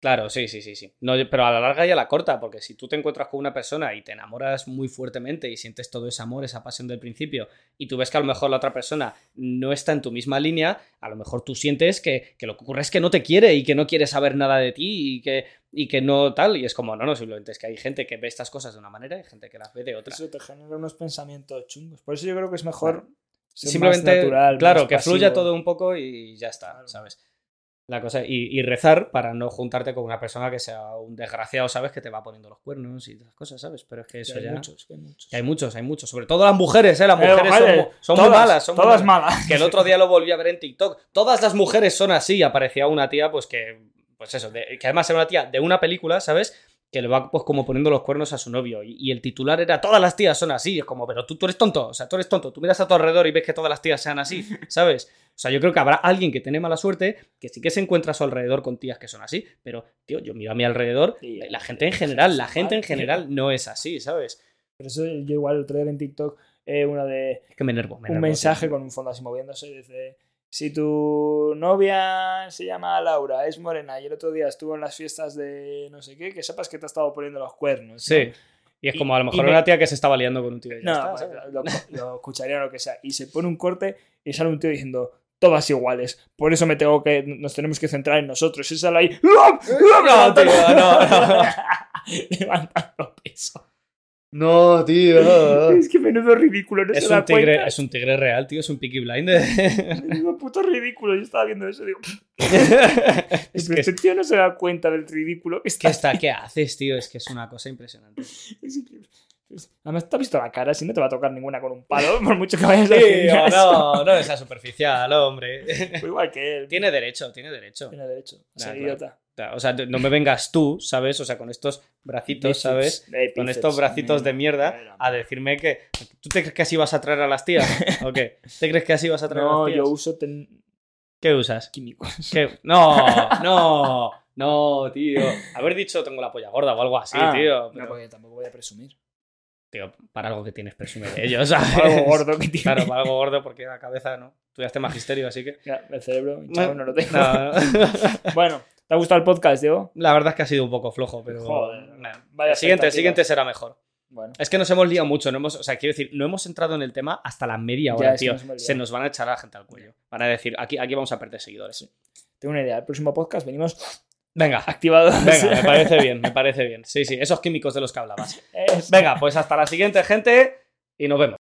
Claro, sí, sí, sí, sí. No, pero a la larga y a la corta, porque si tú te encuentras con una persona y te enamoras muy fuertemente y sientes todo ese amor, esa pasión del principio, y tú ves que a lo mejor la otra persona no está en tu misma línea, a lo mejor tú sientes que, que lo que ocurre es que no te quiere y que no quiere saber nada de ti y que, y que no tal, y es como, no, no, simplemente es que hay gente que ve estas cosas de una manera y gente que las ve de otra.
Eso te genera unos pensamientos chungos. Por eso yo creo que es mejor.
Claro.
ser más
Simplemente,
natural,
claro,
más
que fluya
pasivo.
todo un poco y ya está,
Claro.
¿sabes? La cosa, y, y rezar para no juntarte con una persona que sea un desgraciado, ¿sabes? Que te va poniendo los cuernos y esas cosas, ¿sabes? Pero es que
Que
eso
hay
ya.
muchos, que hay muchos.
que hay muchos, hay muchos. Sobre todo las mujeres, ¿eh? Las
Eh,
mujeres son,
vale,
mu- son muy
todas,
malas. Son muy
todas
malas.
malas.
Que el otro día lo volví a ver en TikTok. Todas las mujeres son así. Aparecía una tía, pues que. Pues eso, de- que además era una tía de una película, ¿sabes? Que le va pues como poniendo los cuernos a su novio. Y, y el titular era todas las tías son así. Es como, pero tú, tú eres tonto. O sea, tú eres tonto. Tú miras a tu alrededor y ves que todas las tías sean así, ¿sabes? O sea, yo creo que habrá alguien que tiene mala suerte, que sí que se encuentra a su alrededor con tías que son así, pero, tío, yo miro a mi alrededor,
Sí,
la gente en general, la gente en
vale.
general no es así, ¿sabes?
Por eso yo igual el otro día vi en TikTok eh, una de
Es que me enervo, me
un
enervo,
mensaje
tío.
con un fondo así moviéndose. Dice: Si tu novia se llama Laura, es morena y el otro día estuvo en las fiestas de no sé qué, que sepas que te ha estado poniendo los cuernos.
Sí. Y es
Y-
como a lo
y
mejor
me-
una tía que se estaba liando con un tío. y ya
No,
está,
pues,
¿sabes?
lo, lo escucharía o lo que sea. Y se pone un corte y sale un tío diciendo. Todas iguales. Por eso me tengo que. Nos tenemos que centrar en nosotros. Y sale ahí.
Eh, No, tío, no, no.
Levantando peso.
No, tío.
Es que menudo ridículo, no
Oh. Es
se da
un, tigre,
cuenta.
es un tigre real, tío, es un Peaky Blinder.
Menudo puto ridículo. Yo estaba viendo eso y digo,
es
pero
que,
este tío no se da cuenta del ridículo que
que
está.
está, ¿qué haces, tío? Es que es una cosa impresionante.
Es que- Además, te has visto la cara, si no te va a tocar ninguna con un palo, por mucho que vayas a
Sí,
gimnasio.
no, no sea superficial, hombre.
Pues Igual que él.
tiene derecho, tiene derecho.
Tiene derecho. O sea,
Nah, claro.
idiota.
O sea, no me vengas tú, ¿sabes? O sea, con estos bracitos, ¿sabes?
Eh,
con
bíceps,
estos bracitos de
mm,
mierda
cadera.
a decirme que tú te crees que así vas a traer a las tías o qué te crees que así vas a traer a
No,
las tías
yo uso ten-
qué usas
químicos.
¿Qué- no no no tío haber dicho tengo la polla gorda o algo así
Ah,
tío
No,
pero-
porque tampoco voy a presumir.
tío para algo que tienes presumir de ellos ¿sabes?
Algo gordo que tiene.
claro para algo gordo porque la cabeza no estudiaste magisterio así que
Ya, el cerebro, hinchado, no lo tengo.
No, no.
Bueno, ¿te ha gustado el podcast, Diego?
la verdad es que ha sido un poco flojo pero
Joder,
Nah.
vaya
el siguiente el
expectativa.
siguiente será mejor
Bueno.
Es que nos hemos liado mucho, no hemos, o sea, quiero decir, no hemos entrado en el tema hasta la media
Ya,
hora,
es que
tío.
nos hemos liado.
Se nos van a echar a la gente al cuello. Van a decir, aquí, aquí vamos a perder seguidores.
Tengo una idea. El próximo podcast venimos
Venga,
activados. Eh,
venga, me parece bien, me parece bien. Sí, sí, esos químicos de los que hablabas.
Eso.
Venga, pues hasta la siguiente, gente, y nos vemos.